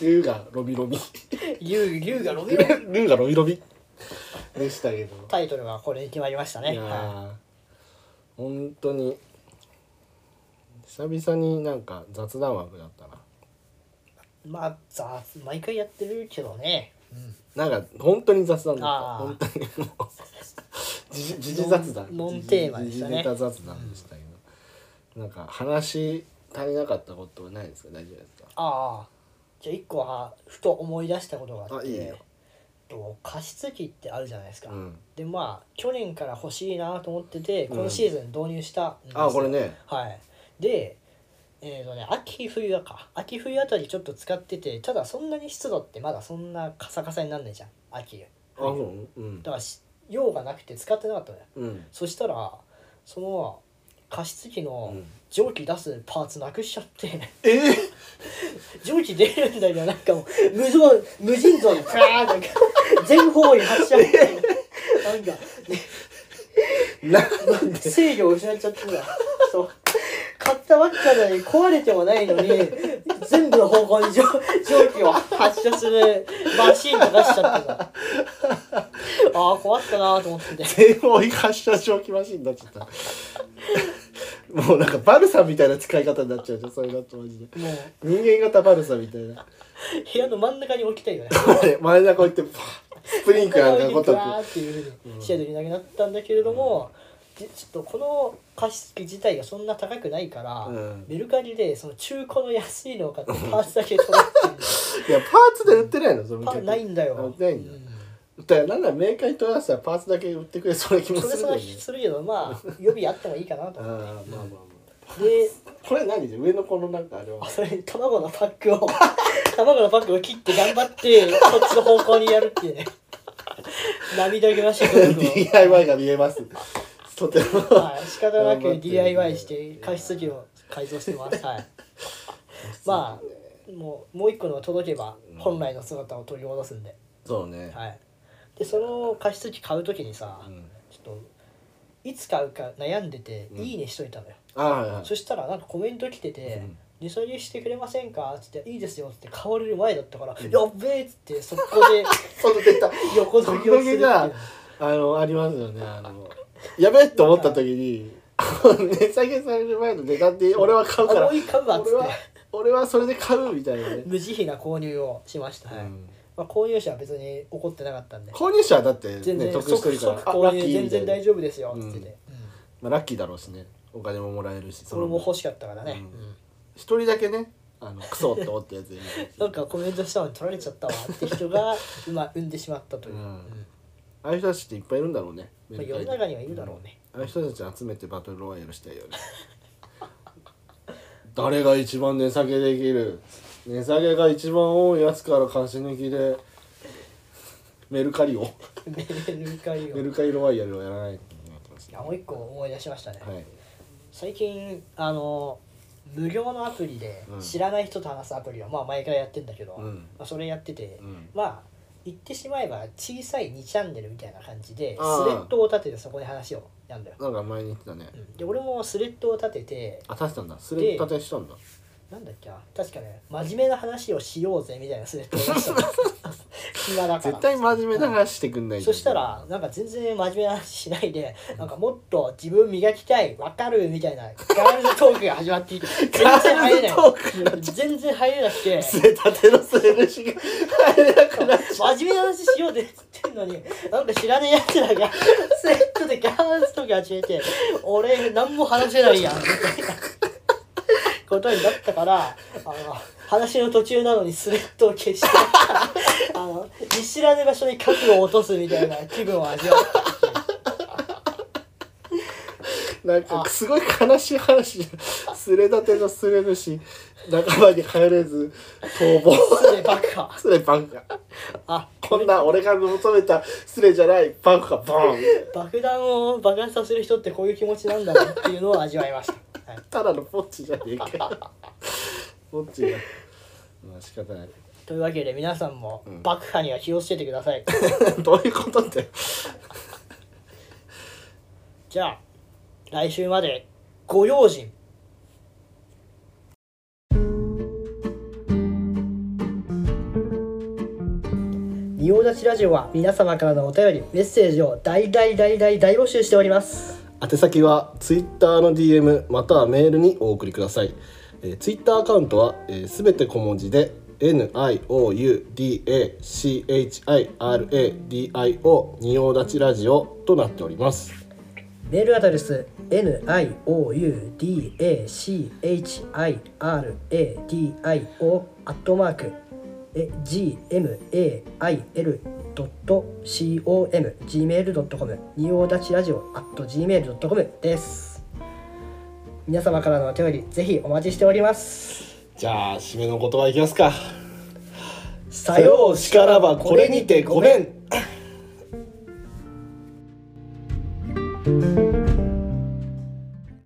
B: ビ龍がロビロビ
A: 竜竜がロミロ ミ
B: 龍がロビロビでしたけど
A: タイトルはこれに決まりましたね
B: いや
A: は
B: ー本当に久々になんか雑談枠だったない
A: まあざ毎回やってるけどね
B: なんか本当に雑談だった
A: あー
B: 本当にも う時事時事雑談
A: ノンノンテーマでしたね
B: 時事時事ネタ雑談でしたけど、なんか話足りなかったことはないですか大丈夫です
A: ああじゃあ1個はふと思い出したことがあって
B: あいいよ
A: と加湿器ってあるじゃないですか、
B: か、うん、
A: でまあ去年から欲しいなと思ってて今シーズン導入したんですよ
B: あこれね
A: はいでえーとね、秋冬だか秋冬あたりちょっと使っててただそんなに湿度ってまだそんなカサカサになんないじゃん秋
B: あそううん
A: だからし用がなくて使ってなかったのよ
B: うん
A: そしたらその加湿器の
B: うん
A: 蒸気出すパーツなくしちゃって、
B: ええ
A: 蒸気出るんだよなんかもう無造無尽蔵にプラーンなんか全方位に発射みたいななんか
B: なんで
A: 制御を失っちゃってたそう買ったばっかなのに壊れてもないのに全部の方向に蒸蒸気を発射するマシーンと出しちゃってた ああー壊ったなーと思ってて
B: 全方位発射蒸気マシンになっちゃった もうなんかバルサみたいな使い方になっちゃうじゃんそれだとマジで
A: もう
B: 人間型バルサみたい な
A: 部屋の真ん中に置きたいよね
B: これ真ん中置いてパースプリンクラーが ごとく
A: ーっていうふうにシェードになくなったんだけれども、じちょっとこの加湿器自体がそんな高くないから、
B: うん
A: メルカリでその中古の安いのを買ってパーツだけ取ってる
B: いやパーツで売ってないのその
A: パーないんだよ
B: あないんだだからなんならメーカーに問い合わせたらパーツだけ売ってくれそうな気
A: うん
B: も
A: それ
B: する
A: そ
B: よ
A: の
B: ね
A: するけどま あ予備あってもいいかなと
B: ああ
A: 思って
B: まあまあま
A: で
B: あこれ何上のこのなんかあれは
A: あそれ卵のパックを 卵のパックを切って頑張ってこっちの方向にやるって いうね涙ぐましい努力を
B: DIY が見えます とても
A: はい、仕方な
B: 頑張
A: く
B: って
A: DIY して加湿器を改造してます。はい。まあもうもう一個の届けば本来の姿を取り戻すんで。
B: そうね
A: はい。でその加湿器買うときにさ、
B: うん
A: ちょっといつ買うか悩んでて
B: うん
A: いいねしといたのよ。
B: ああはいはい
A: そしたらなんかコメント来てて
B: うん。
A: 値下げしてくれませんか?」っつって「いいですよ」っつって買われる前だったから「やっべえ!」っつってそこ で
B: そのデータ
A: 横取りをするってい
B: 横取りだ
A: う
B: あのありますよねあのやべえと思った時に値下げされる前の値段で俺は買うか
A: あ
B: ら
A: もういい買うわっつっ
B: 俺は
A: て
B: 俺はそれで買うみたいなね
A: 無慈悲な購入をしました、はい
B: うん
A: まあ、購入者は別に怒ってなかったんで
B: 購入者はだって
A: 全
B: ね
A: 然
B: 得
A: 即
B: して
A: 即
B: るからあ
A: 購
B: ラ
A: 入
B: ッキー
A: 全
B: みたい
A: 然
B: な
A: 大丈夫ですよっつってて、
B: まあラッキーだろうしねお金ももらえるし
A: それも欲しかったからね、
B: う
A: うんん
B: 一人だけねあのクソって思ったやついる
A: なんかコメントしたのに取られちゃったわって人が 今産んでしまったという、
B: うん
A: うん
B: ああいう人たちっていっぱいいるんだろうね
A: まあ、世の中にはいるだろうね、
B: ああいう人たち集めてバトルロワイヤルしたいよね 誰が一番値下げできる値下げが一番多いやつから貸し抜きでメルカリを
A: メルカリを
B: メルカリロワイヤルをやらないといけないと思いますね
A: あもう一個思い出しましたね、
B: はい
A: 最近あの無料のアプリで
B: うん
A: 知らない人と話すアプリを、まあ前からやってんだけど、
B: うん
A: まあ、それやってて、
B: うん
A: まあ言ってしまえば小さい2チャンネルみたいな感じでスレ
B: あー
A: ッドを立ててそこで話をやるんだよ
B: なんか前に言ってたね
A: うんで俺もスレッドを立てて
B: あ、足したんだ。スレッド立てしたんだ。
A: なんだっけな確かね真面目な話をしようぜみたいなスレッドを出したの 暇だから
B: 絶対真面目な話してくんない
A: そしたらなんか全然真面目な話しないでなんかもっと自分磨きたいわかるみたいなガールズトークが始まっていて全然入れない
B: ガールズトークになっ
A: 全然入れなくて
B: すれたてのすれ主が入れなくなっちゃう
A: 真面目な話しようぜって言ってんのになんか知らねえやつらがスレッドでガールズトーク始めて俺何も話せないやんみたいなことになったからあの話の途中なのにスレッドを消してあの見知らぬ場所に核を落とすみたいな気分を味わったっていう
B: なんかすごい悲しい話すれたてのすれ主仲間に帰れず逃亡
A: すでバカ
B: すれパンが
A: あ
B: こんな俺が求めたすれじゃないパンがボーン
A: 爆弾を爆発させる人ってこういう気持ちなんだなっていうのを味わいました、はい、
B: ただのポッチじゃねえかよポッチがまあ仕方ない
A: というわけで皆さんも
B: うん
A: 爆破には気をつけてください、
B: どういうことって
A: じゃあ来週までご用心仁王立ちラジオは皆様からのお便りメッセージを大大大大大募集しております
B: 宛先は Twitter の DM またはメールにお送りください、えー、Twitter アカウントはすべ、全て小文字で NIOUDACHIRADIO 仁王立ちラジオとなっております
A: メールアドレス NIOUDACHIRADIO アットマーク GMAIL.com gmail.com 仁王立ちラジオ at gmail.com です皆様からのお便りぜひお待ちしております
B: じゃあ締めの言葉いきますか
A: さようしからばこれにてごめん
B: ん